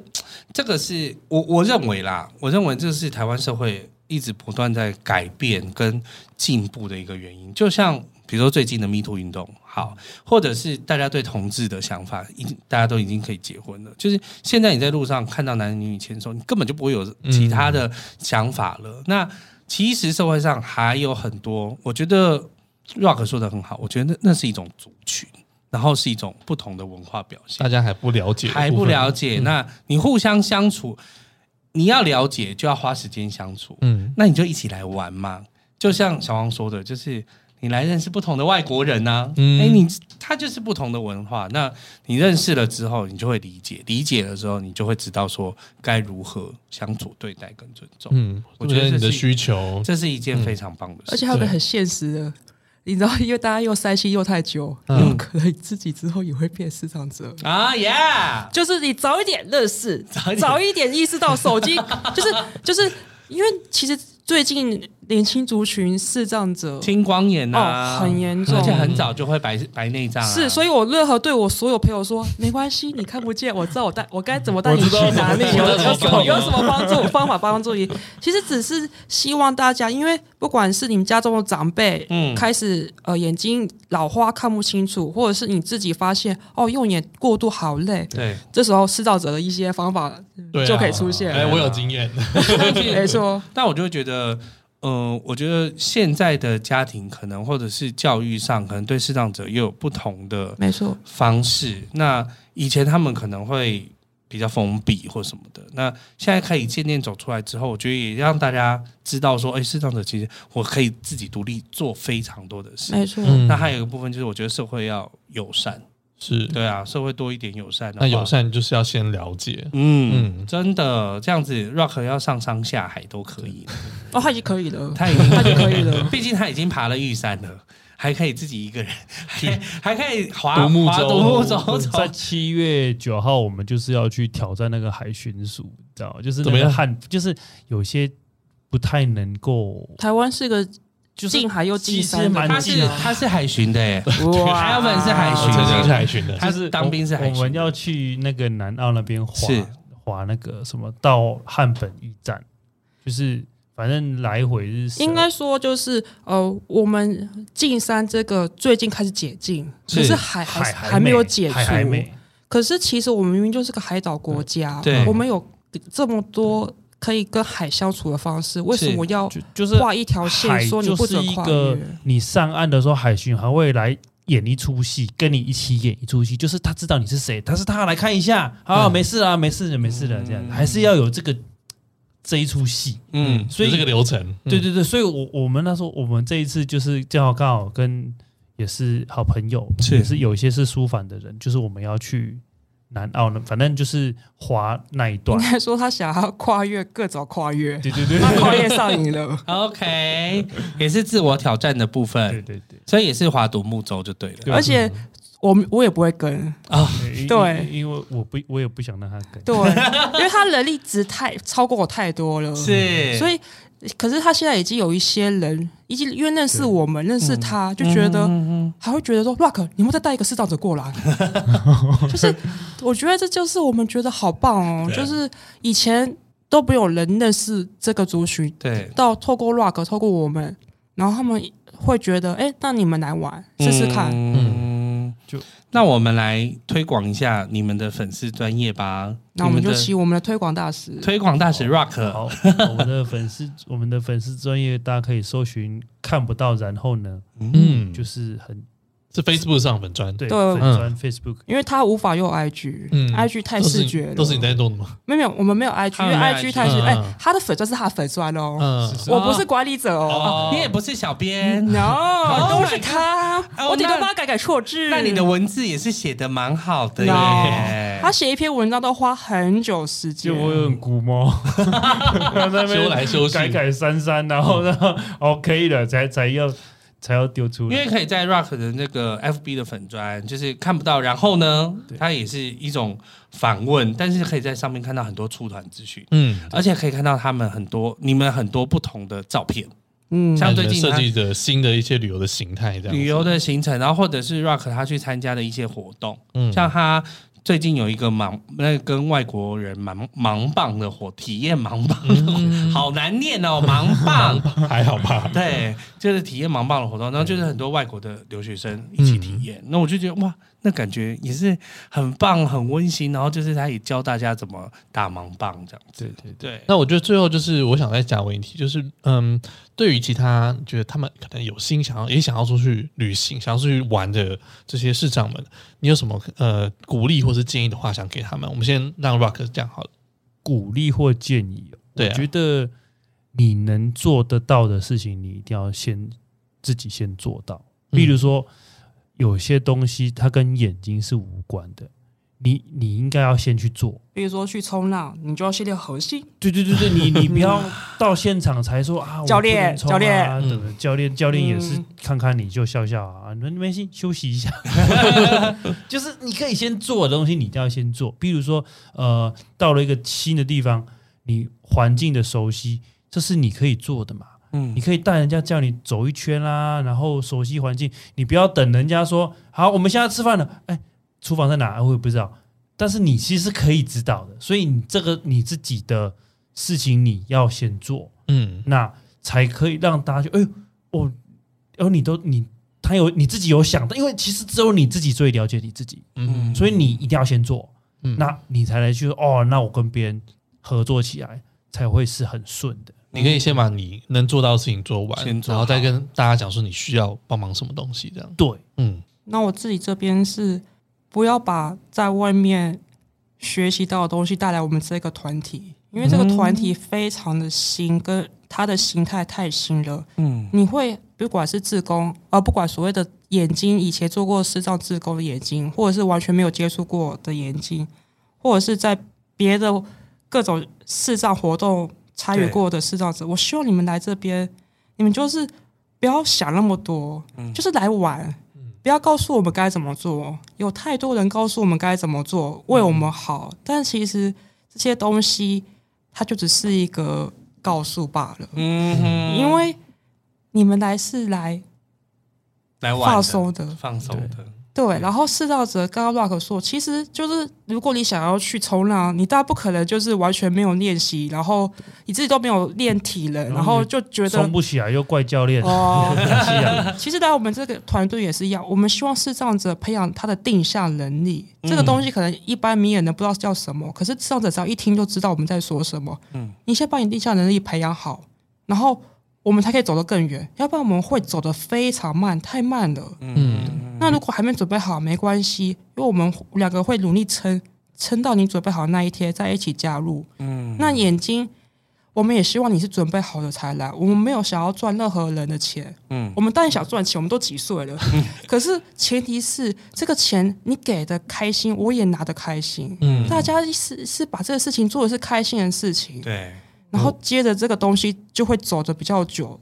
Speaker 2: 这个是我我认为啦，我认为这是台湾社会一直不断在改变跟进步的一个原因。就像比如说最近的 Me Too 运动，好，或者是大家对同志的想法，已经大家都已经可以结婚了。就是现在你在路上看到男女牵手，你根本就不会有其他的想法了。那其实社会上还有很多，我觉得 Rock 说的很好，我觉得那那是一种族群，然后是一种不同的文化表现
Speaker 5: 大。家还不了解，
Speaker 2: 还不了，
Speaker 5: 嗯
Speaker 2: 解，那你互相相处，你要了解就要花时间相处，
Speaker 5: 嗯
Speaker 2: 那你就一起来玩嘛。就像小王说的，就是你来认识不同的外国人呐、啊，哎、
Speaker 5: 嗯
Speaker 2: 你他就是不同的文化，那你认识了之后，你就会理解，理解了之后，你就会知道说该如何相处、对待跟尊重。
Speaker 5: 嗯，
Speaker 2: 我
Speaker 5: 我
Speaker 2: 觉
Speaker 5: 觉
Speaker 2: 得
Speaker 5: 得你
Speaker 2: 这
Speaker 5: 的
Speaker 2: 是
Speaker 5: 需求，
Speaker 2: 这是一件非常棒的事，
Speaker 3: 而且还有个
Speaker 5: 对
Speaker 3: 很现实的，你知道，因为大家又塞心又太久，
Speaker 5: 嗯
Speaker 3: 有可能你自己之后也会变市场者。
Speaker 2: 啊耶
Speaker 3: 就是你早一点认 识，早一点意识到手机，就是就是因为其实最近年轻族群视障者
Speaker 2: 青光眼啊，
Speaker 3: 哦很严重
Speaker 2: 而且很早就会白白内障、啊。
Speaker 3: 是，所
Speaker 2: 以
Speaker 3: 以我任何对我所有朋友说，没关系，你看不见，我知道我带我该怎么带
Speaker 4: 我
Speaker 3: 你
Speaker 4: 知
Speaker 3: 去
Speaker 4: 道
Speaker 3: 哪里，
Speaker 4: 我知
Speaker 3: 有有什
Speaker 4: 道怎么帮
Speaker 3: 么
Speaker 4: 你
Speaker 3: 有什么帮助方法帮助你。其实只是希望大家，因为不管是你们家中的长辈，
Speaker 2: 嗯
Speaker 3: 开始呃眼睛老花看不清楚，或者是你自己发现哦用眼过度好累，
Speaker 2: 对，
Speaker 3: 这时候视障者的一些方法
Speaker 5: 对啊
Speaker 3: 就可以出现
Speaker 5: 哎，我有经验，
Speaker 3: 没错，
Speaker 2: 但我就会觉得，嗯、我觉得现在的家庭可能或者是教育上，可能对视障者又有不同的
Speaker 3: 没错，
Speaker 2: 方式。那以前他们可能会比较封闭或什么的，那现在可以渐渐走出来之后，我觉得也让大家知道说，哎，视障者其实我可以自己独立做非常多的事。
Speaker 3: 没错。
Speaker 2: 那还有一个部分就是，我觉得社会要友善，
Speaker 5: 嗯是
Speaker 2: 对啊，社会多一点友善。啊
Speaker 5: 那友，善就是要先了解，
Speaker 2: 嗯，真的这样子，Rock 要上山下海都可以。
Speaker 3: 哦，他已经可以了，
Speaker 2: 他已经
Speaker 3: 他就可以了
Speaker 2: 毕竟他已经爬了玉山了，还可以自己一 个人，还还可以划
Speaker 5: 独木舟
Speaker 2: 划独木舟
Speaker 4: 在
Speaker 2: 走。
Speaker 4: 七月九号，我们就是要去挑战那个海巡署，你知道吗就是
Speaker 5: 怎
Speaker 4: 那
Speaker 5: 么
Speaker 4: 个
Speaker 5: 样
Speaker 4: 汉，就是有些不太能够，
Speaker 3: 台湾是个
Speaker 4: 就是
Speaker 3: 近海又
Speaker 4: 其
Speaker 3: 近
Speaker 4: 实
Speaker 3: 山的
Speaker 4: 蛮
Speaker 3: 国
Speaker 2: 他
Speaker 3: 家，
Speaker 2: 是他是海巡的耶，
Speaker 3: 哇
Speaker 2: 还有本是海
Speaker 3: 啊
Speaker 5: 我
Speaker 2: 巡
Speaker 5: 曾经
Speaker 2: 的
Speaker 5: 是海巡的，
Speaker 2: 他
Speaker 4: 就是
Speaker 2: 当兵是海
Speaker 4: 我
Speaker 2: 巡
Speaker 4: 我们要去那个南澳那边划
Speaker 2: 是
Speaker 4: 划那个什么到汉本驿站，就是反正来回是12
Speaker 3: 应该说就是呃，我们进山这个最近开始解禁，
Speaker 2: 是
Speaker 3: 可是海还
Speaker 4: 海
Speaker 3: 是还没有解除。
Speaker 4: 海还没
Speaker 3: 可是其实我们明明就是个海岛国家，
Speaker 4: 嗯
Speaker 2: 对
Speaker 3: 我们有这么多可以跟海相处的方式，为什么要
Speaker 4: 就就是
Speaker 3: 画一条线
Speaker 4: 海
Speaker 3: 哦说你
Speaker 4: 就
Speaker 3: 不
Speaker 4: 是
Speaker 3: 准
Speaker 4: 一
Speaker 3: 跨
Speaker 4: 个
Speaker 3: 越？
Speaker 4: 你上岸的时候，海巡还会来演一出戏，跟你一起演一出戏，就是他知道你是谁，但是他来看一下，
Speaker 3: 嗯
Speaker 4: 啊，没事啊，没事的，没事的，这样还是要有这个这一出戏。
Speaker 2: 嗯，
Speaker 4: 所以
Speaker 5: 有这个流程，
Speaker 3: 嗯
Speaker 4: 对对对，所以我我们那时候，我们这一次就是正好刚好跟也是好朋友，
Speaker 2: 是。
Speaker 4: 也是有一些是书法的人，就是我们要去南澳呢，反正就是滑那 一
Speaker 3: 应
Speaker 4: 段。
Speaker 3: 该说他想要跨越各种跨越，
Speaker 4: 对对对
Speaker 3: 他跨越上瘾了
Speaker 2: OK，也是自我挑战的部
Speaker 4: 对
Speaker 2: 分，
Speaker 4: 对对
Speaker 2: 所以也是划独木舟就对了。
Speaker 3: 而且我们我也不会跟，
Speaker 4: 对，
Speaker 3: 对
Speaker 4: 因因为我不我也不想让他跟。
Speaker 3: 对，因为他能力值太超过我太多了，
Speaker 2: 是，
Speaker 3: 所
Speaker 2: 以
Speaker 3: 以，可是他现在已经有一些人，已经因为认识我们，认识
Speaker 4: 嗯
Speaker 3: 他，就觉
Speaker 2: 嗯
Speaker 3: 得、还会觉得说，Rock，你们再带一个视障者 过来，就是我觉得这就是我们觉得好棒哦，就是以前都没有人认识这个族群，
Speaker 2: 对，
Speaker 3: 到透过 Rock，透过我们，然后他们会觉得，哎，那你们来玩试试看，
Speaker 2: 嗯，就
Speaker 4: 就
Speaker 2: 那我们来推广一下你们的粉丝专业吧。
Speaker 3: 那我们
Speaker 2: 你
Speaker 3: 就哦
Speaker 2: 的
Speaker 3: 请我们的推广大使，
Speaker 2: 推广大使 Rock，
Speaker 4: 好，我们的粉丝，我们的粉丝专业，大家可以搜寻看不到，然后呢，
Speaker 5: 嗯，
Speaker 4: 就
Speaker 5: 就是
Speaker 4: 是很
Speaker 5: 是 Facebook 上粉砖，
Speaker 4: 对
Speaker 3: 对
Speaker 4: 粉专 Facebook
Speaker 3: 因为他无法用 IG，IG、
Speaker 5: 嗯
Speaker 3: IG 太
Speaker 5: 都是
Speaker 3: 视
Speaker 5: 你
Speaker 3: 觉了，
Speaker 5: 都是你在弄的吗？
Speaker 3: 没有没有，我们没有 IG，
Speaker 2: 他
Speaker 3: 因
Speaker 2: 们
Speaker 3: 为
Speaker 2: 没有
Speaker 3: IG 太是
Speaker 5: 嗯
Speaker 3: 哎
Speaker 5: 嗯，
Speaker 3: 他的粉钻是他的粉钻哦，
Speaker 5: 嗯，
Speaker 3: 我不是管理者哦。
Speaker 2: 哦，你也不是小编，
Speaker 3: No，
Speaker 2: Oh
Speaker 3: 都是他，
Speaker 2: Oh
Speaker 3: 我顶多
Speaker 2: 那
Speaker 3: 帮他改改错字。
Speaker 2: 那你的文字也是写的蛮好的耶。
Speaker 3: No 他写一篇文章都花很久时间
Speaker 4: 哎就，我有很古 猫，在那边
Speaker 5: 修来修去
Speaker 4: 改改删删，然后呢， 哦，可以了，才才要才要丢出
Speaker 2: 因为
Speaker 4: 来。
Speaker 2: 可以在 Rock 的那个 FB 的粉砖，就是看不到，然后呢，它也是一种访问，但是可以在上面看到很多出团资讯，
Speaker 5: 嗯，
Speaker 2: 而且可以看到他们很多、你们很多不同的照片，
Speaker 3: 嗯，
Speaker 2: 像最近
Speaker 5: 设
Speaker 2: 他
Speaker 5: 计的新的一些旅游的形态，这样子
Speaker 2: 旅游，的行程，然后或者是 Rock 他去参加的一些活动，
Speaker 5: 嗯
Speaker 2: 像他最近有一个盲，那个跟外国人盲盲棒的活，体验盲棒的活，
Speaker 5: 嗯
Speaker 2: 好难念哦，盲棒。
Speaker 5: 还好吧？
Speaker 2: 对，就是体验盲棒的活动，然后就是很多外国的留学生一起体验。那我就觉得哇，那感觉也是很棒、很温馨。然后就是他也教大家怎么打盲棒这样子。
Speaker 4: 对对对，
Speaker 2: 对，
Speaker 5: 那我觉得最后就是我想再讲问题，就是嗯，对于其他觉得他们可能有心想要也想要出去旅行、想要出去玩的这些市长们，你有什么呃鼓励或是建议的话想给他们？我们先让 Rock 讲好了，
Speaker 4: 鼓励或建议哦，
Speaker 5: 对
Speaker 4: 我
Speaker 5: 啊
Speaker 4: 觉得你能做得到的事情，你一定要先自己先做到。比
Speaker 5: 嗯
Speaker 4: 如说，有些东西它跟眼睛是无关的，你你应该要先去做。
Speaker 3: 比如说去冲浪，你就要训练核心，
Speaker 4: 对对对对，你你不要到现场才说啊，我
Speaker 3: 嗯教练
Speaker 4: 不能冲啊
Speaker 3: 教练
Speaker 4: 对不对教练教练也是
Speaker 3: 嗯
Speaker 4: 看看你就笑笑啊，你们没事休息一下，就是你可以先做的东西，你一定要先做。比如说，呃，到了一个新的地方，你环境的熟悉，这是你可以做的嘛。
Speaker 2: 嗯
Speaker 4: 你可以带人家叫你走一圈啦、然后熟悉环境，你不要等人家说好，我们现在吃饭了，哎，厨房在哪？哎我也不知道。但是你其实是可以知道的，所以你这个你自己的事情你要先做，
Speaker 5: 嗯
Speaker 4: 那才可以让大家就哎呦，哦，哦，你都你他有你自己有想到，因为其实只有你自己最了解你自己，
Speaker 5: 嗯
Speaker 4: 所以你一定要先做，
Speaker 5: 嗯
Speaker 4: 那你才能去哦，那我跟别人合作起来才会是很顺的。
Speaker 5: 你可以先把你能做到的事情做完，
Speaker 2: 先做
Speaker 5: 然后再
Speaker 2: 好
Speaker 5: 跟大家讲说你需要帮忙什么东西，这样。
Speaker 4: 对，
Speaker 5: 嗯
Speaker 3: 那我自己这边是不要把在外面学习到的东西带来我们这个团体，因为这个
Speaker 4: 嗯
Speaker 3: 团体非常的新，跟它的形态太新了。
Speaker 2: 嗯
Speaker 3: 你会不管是自工，呃，不管所谓的眼睛，以前做过视障自工的眼睛，或者是完全没有接触过的眼睛，或者是在别的各种视障活动参与
Speaker 2: 对
Speaker 3: 过的视障者，我希望你们来这边，你们就是不要想那么多，
Speaker 2: 嗯
Speaker 3: 就是来玩，不要告诉我们该怎么做。有太多人告诉我们该怎么做，为我们好，但其实这些东西它就只是一个告诉罢了。
Speaker 2: 嗯哼，
Speaker 3: 因为你们来是来
Speaker 2: 来玩的
Speaker 3: 放松的，
Speaker 2: 放松的，
Speaker 3: 对。然后视障者刚刚 Rock 说，其实就是如果你想要去冲浪，你大不可能就是完全没有练习，然后你自己都没有练体能，然
Speaker 2: 嗯
Speaker 3: 后就觉得
Speaker 4: 冲不起来又怪教练，
Speaker 3: 哦，
Speaker 4: 气 啊
Speaker 3: 其实来我们这个团队也是一样，我们希望视障者培养他的定向能力。
Speaker 2: 嗯
Speaker 3: 这个东西可能一般明眼人不知道叫什么，可是视障者只要一听就知道我们在说什么。
Speaker 2: 嗯
Speaker 3: 嗯，你先把你定向能力培养好，然后我们才可以走得更远。要不然我们会走得非常慢，太慢了。
Speaker 5: 嗯
Speaker 3: 那如果还没准备好，没关系，因为我们两个会努力撑，撑到你准备好那一天再一起加入。
Speaker 2: 嗯，
Speaker 3: 那眼睛，我们也希望你是准备好了才来，我们没有想要赚任何人的钱，
Speaker 2: 嗯
Speaker 3: 嗯，我们当然想赚钱，我们都几岁了，可是前提是这个钱你给的开心，我也拿的开心，
Speaker 5: 嗯
Speaker 3: 大家是是把这个事情做的是开心的事情，
Speaker 2: 对，
Speaker 3: 然后接着这个东西就会走的比较久，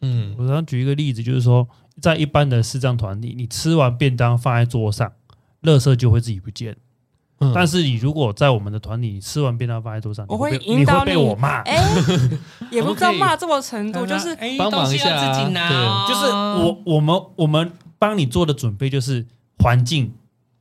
Speaker 5: 嗯
Speaker 4: 我刚举一个例子，就是说，在一般的视障团体，你吃完便当放在桌上，垃圾就会自己不见。
Speaker 5: 嗯
Speaker 4: 但是你如我在我们的团体，你吃完便当放在桌上，
Speaker 3: 我会
Speaker 4: 你
Speaker 3: 引导
Speaker 4: 你会被我骂。
Speaker 3: 哎、也不知 道骂这么程度，就是
Speaker 2: 哎
Speaker 5: 帮忙一下
Speaker 2: 东西要自己拿哦，
Speaker 4: 就是我我们我们帮你做的准备就是环境，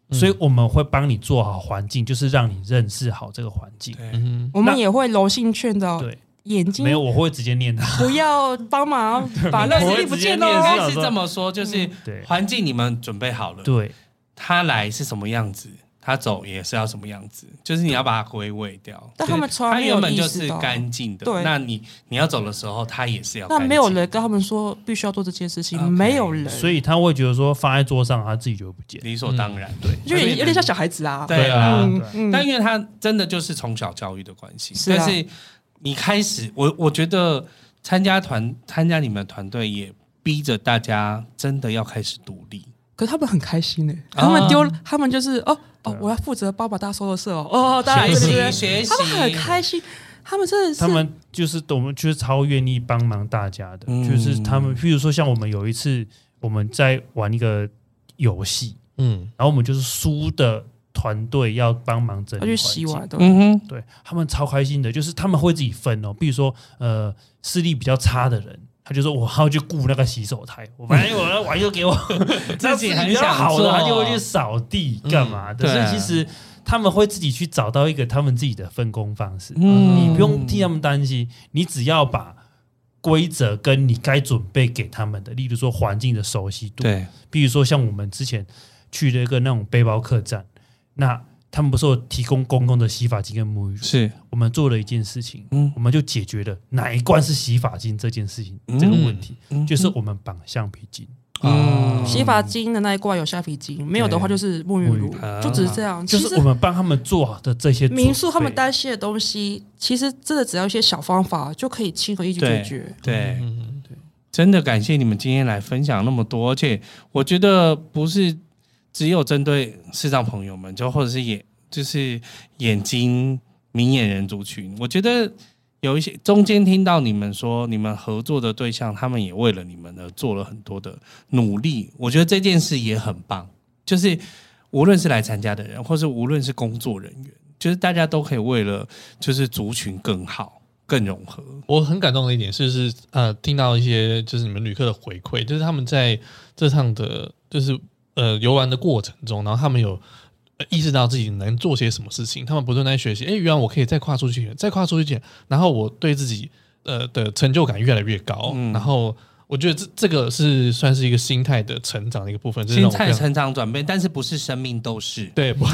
Speaker 5: 嗯
Speaker 4: 所以我们会帮你做好环境，就是让你认识好这个环境。
Speaker 2: 对
Speaker 5: 嗯
Speaker 3: 我们也会柔性劝导
Speaker 4: 对，
Speaker 3: 眼睛
Speaker 4: 没有我会直接念他。
Speaker 3: 不 要帮忙把垃圾
Speaker 4: 我会
Speaker 3: 力不
Speaker 4: 直接
Speaker 3: 见
Speaker 4: 念
Speaker 3: 哦。
Speaker 2: 应该是这么说，就是
Speaker 4: 对
Speaker 2: 环境你们准备好了，
Speaker 4: 嗯对，
Speaker 2: 他来是什么样子，他走也是要什么样子，就是你要把它归位掉。
Speaker 3: 但他们从来
Speaker 2: 他
Speaker 3: 没
Speaker 2: 原
Speaker 3: 有
Speaker 2: 本
Speaker 3: 意
Speaker 2: 就
Speaker 3: 识
Speaker 2: 是
Speaker 3: 到，
Speaker 2: 干净的，
Speaker 3: 对
Speaker 2: 那你你要走的时候，他也是要干
Speaker 3: 那
Speaker 2: 净。
Speaker 3: 没有人跟他们说必须要做这件事
Speaker 2: OK
Speaker 3: 情，没有人，
Speaker 4: 所以他会觉得说放在桌上，他自己就会不见。
Speaker 2: 理所当然，对，
Speaker 3: 就有点有点像小孩子啊。
Speaker 2: 对啊，
Speaker 3: 嗯
Speaker 4: 对
Speaker 3: 嗯，
Speaker 2: 但因为他真的就是从小教育的关系，
Speaker 3: 是啊
Speaker 2: 但是你开始，我我觉得参加团参加你们的团队也逼着大家真的要开始独立，
Speaker 3: 可是他们很开心呢，
Speaker 2: 啊
Speaker 3: 他们丢，他们就是哦
Speaker 4: 啊
Speaker 3: 哦，我要负责帮把大家收垃圾哦，哦，大家来
Speaker 2: 学
Speaker 3: 这
Speaker 2: 习
Speaker 3: 边，
Speaker 2: 学习
Speaker 3: 他们很开心，他们真的
Speaker 4: 他
Speaker 3: 是
Speaker 4: 们就是我们就是超愿意帮忙大家的，
Speaker 2: 嗯
Speaker 4: 就是他们，譬如说像我们有一次我们在玩一个游戏，
Speaker 5: 嗯
Speaker 4: 然后我们就是输的团队要帮忙整理
Speaker 3: 要去洗
Speaker 4: 环
Speaker 3: 碗
Speaker 4: 境，
Speaker 3: 的，
Speaker 2: 嗯哼，
Speaker 4: 对他们超开心的，就是他们会自己分哦，比如说呃视力比较差的人。他就说：“我还要去雇那个洗手台，我反正我那玩就给我
Speaker 2: 自己很
Speaker 4: 比较
Speaker 2: 想
Speaker 4: 好
Speaker 2: 做
Speaker 4: 的，他就会去扫地干嘛的。
Speaker 2: 嗯
Speaker 4: 所
Speaker 2: 对啊
Speaker 4: 以其实他们会自己去找到一个他们自己的分工方式。
Speaker 2: 嗯
Speaker 4: 你不用替他们担心，你只要把规则跟你该准备给他们的，例如说环境的熟悉度，
Speaker 2: 对，
Speaker 4: 比如说像我们之前去了一个那种背包客栈，那他们不是有提供公共的洗发精跟沐浴乳？
Speaker 2: 是，
Speaker 4: 我们做了一件事情，
Speaker 2: 嗯
Speaker 4: 我们就解决了哪一罐是洗发精这件事情、
Speaker 2: 嗯
Speaker 4: 这个问题，
Speaker 2: 嗯
Speaker 4: 就是我们绑橡皮筋，
Speaker 5: 啊
Speaker 3: 洗发精的那一罐有橡皮筋，没有的话就是沐浴
Speaker 4: 哦沐浴
Speaker 3: 乳
Speaker 2: 啊，
Speaker 3: 就只是这样。
Speaker 4: 就
Speaker 3: 其
Speaker 4: 是
Speaker 3: 实
Speaker 4: 我们帮他们做好的这些准备
Speaker 3: 民宿他们担心的东西，其实真的只要一些小方法就可以轻而易举解决。
Speaker 2: 对，
Speaker 5: 嗯
Speaker 2: 真的感谢你们今天来分享那么多，而且我觉得不是只有针对视障朋友们，就或者是眼就是眼睛明眼人族群，我觉得有一些中间听到你们说你们合作的对象，他们也为了你们而做了很多的努力，我觉得这件事也很棒，就是无论是来参加的人，或是无论是工作人员，就是大家都可以为了就是族群更好。更融合。
Speaker 5: 我很感动的一点是，是呃，听到一些就是你们旅客的回馈，就是他们在这趟的，就是呃游玩的过程中，然后他们有、呃意识到自己能做些什么事情，他们不断在学习，诶，原来我可以再跨出去一点，再跨出去一点，然后我对自己呃的成就感越来越高，
Speaker 2: 嗯
Speaker 5: 然后我觉得这这个是算是一个心态的成长的一个部分，这
Speaker 2: 心
Speaker 5: 是让我非
Speaker 2: 态
Speaker 5: 常
Speaker 2: 成长转变，但是不是生命斗士。
Speaker 5: 对，不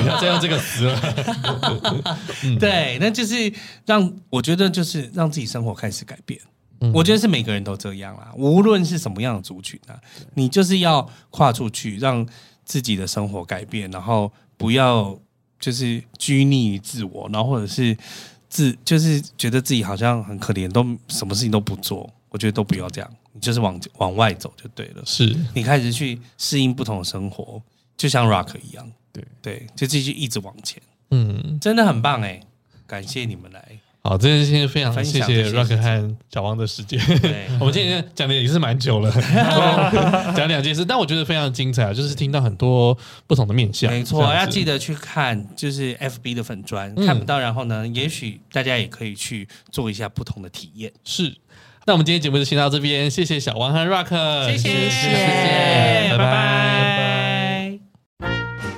Speaker 5: 不要再用这个词 了，嗯
Speaker 2: 对，那就是让我觉得就是让自己生活开始改变。
Speaker 5: 嗯
Speaker 2: 我觉得是每个人都这样啦，无论是什么样的族群啊，你就是要跨出去，让自己的生活改变，然后不要就是拘泥于自我，然后或者是自就是觉得自己好像很可怜，都什么事情都不做，我觉得都不要这样，你就是往往外走就对了。
Speaker 5: 是
Speaker 2: 你开始去适应不同的生活，就像 Rock 一样，
Speaker 6: 对
Speaker 2: 对，就继续一直往前。
Speaker 5: 嗯。
Speaker 2: 真的很棒哎、感谢你们来。
Speaker 5: 好，这件事情非常
Speaker 2: 分
Speaker 5: 谢
Speaker 2: 享
Speaker 5: 谢
Speaker 2: 这些
Speaker 5: Rock
Speaker 2: 事情
Speaker 5: 和小王的时间。
Speaker 2: 对，
Speaker 5: 我们今天讲的也是蛮久 了，讲两件事，但我觉得非常精彩啊，就是听到很多不同的面向。
Speaker 2: 没错，要记
Speaker 5: 得
Speaker 2: 得去看，就是 FB 的粉砖，
Speaker 5: 嗯
Speaker 2: 看不到，然后呢，也许大家也可以去做一下不同的体验。
Speaker 5: 是。那我们今天节目就先到这边，谢谢小王和 Rock，
Speaker 2: 谢谢，
Speaker 5: 呃
Speaker 2: 拜
Speaker 5: 谢拜
Speaker 2: 拜。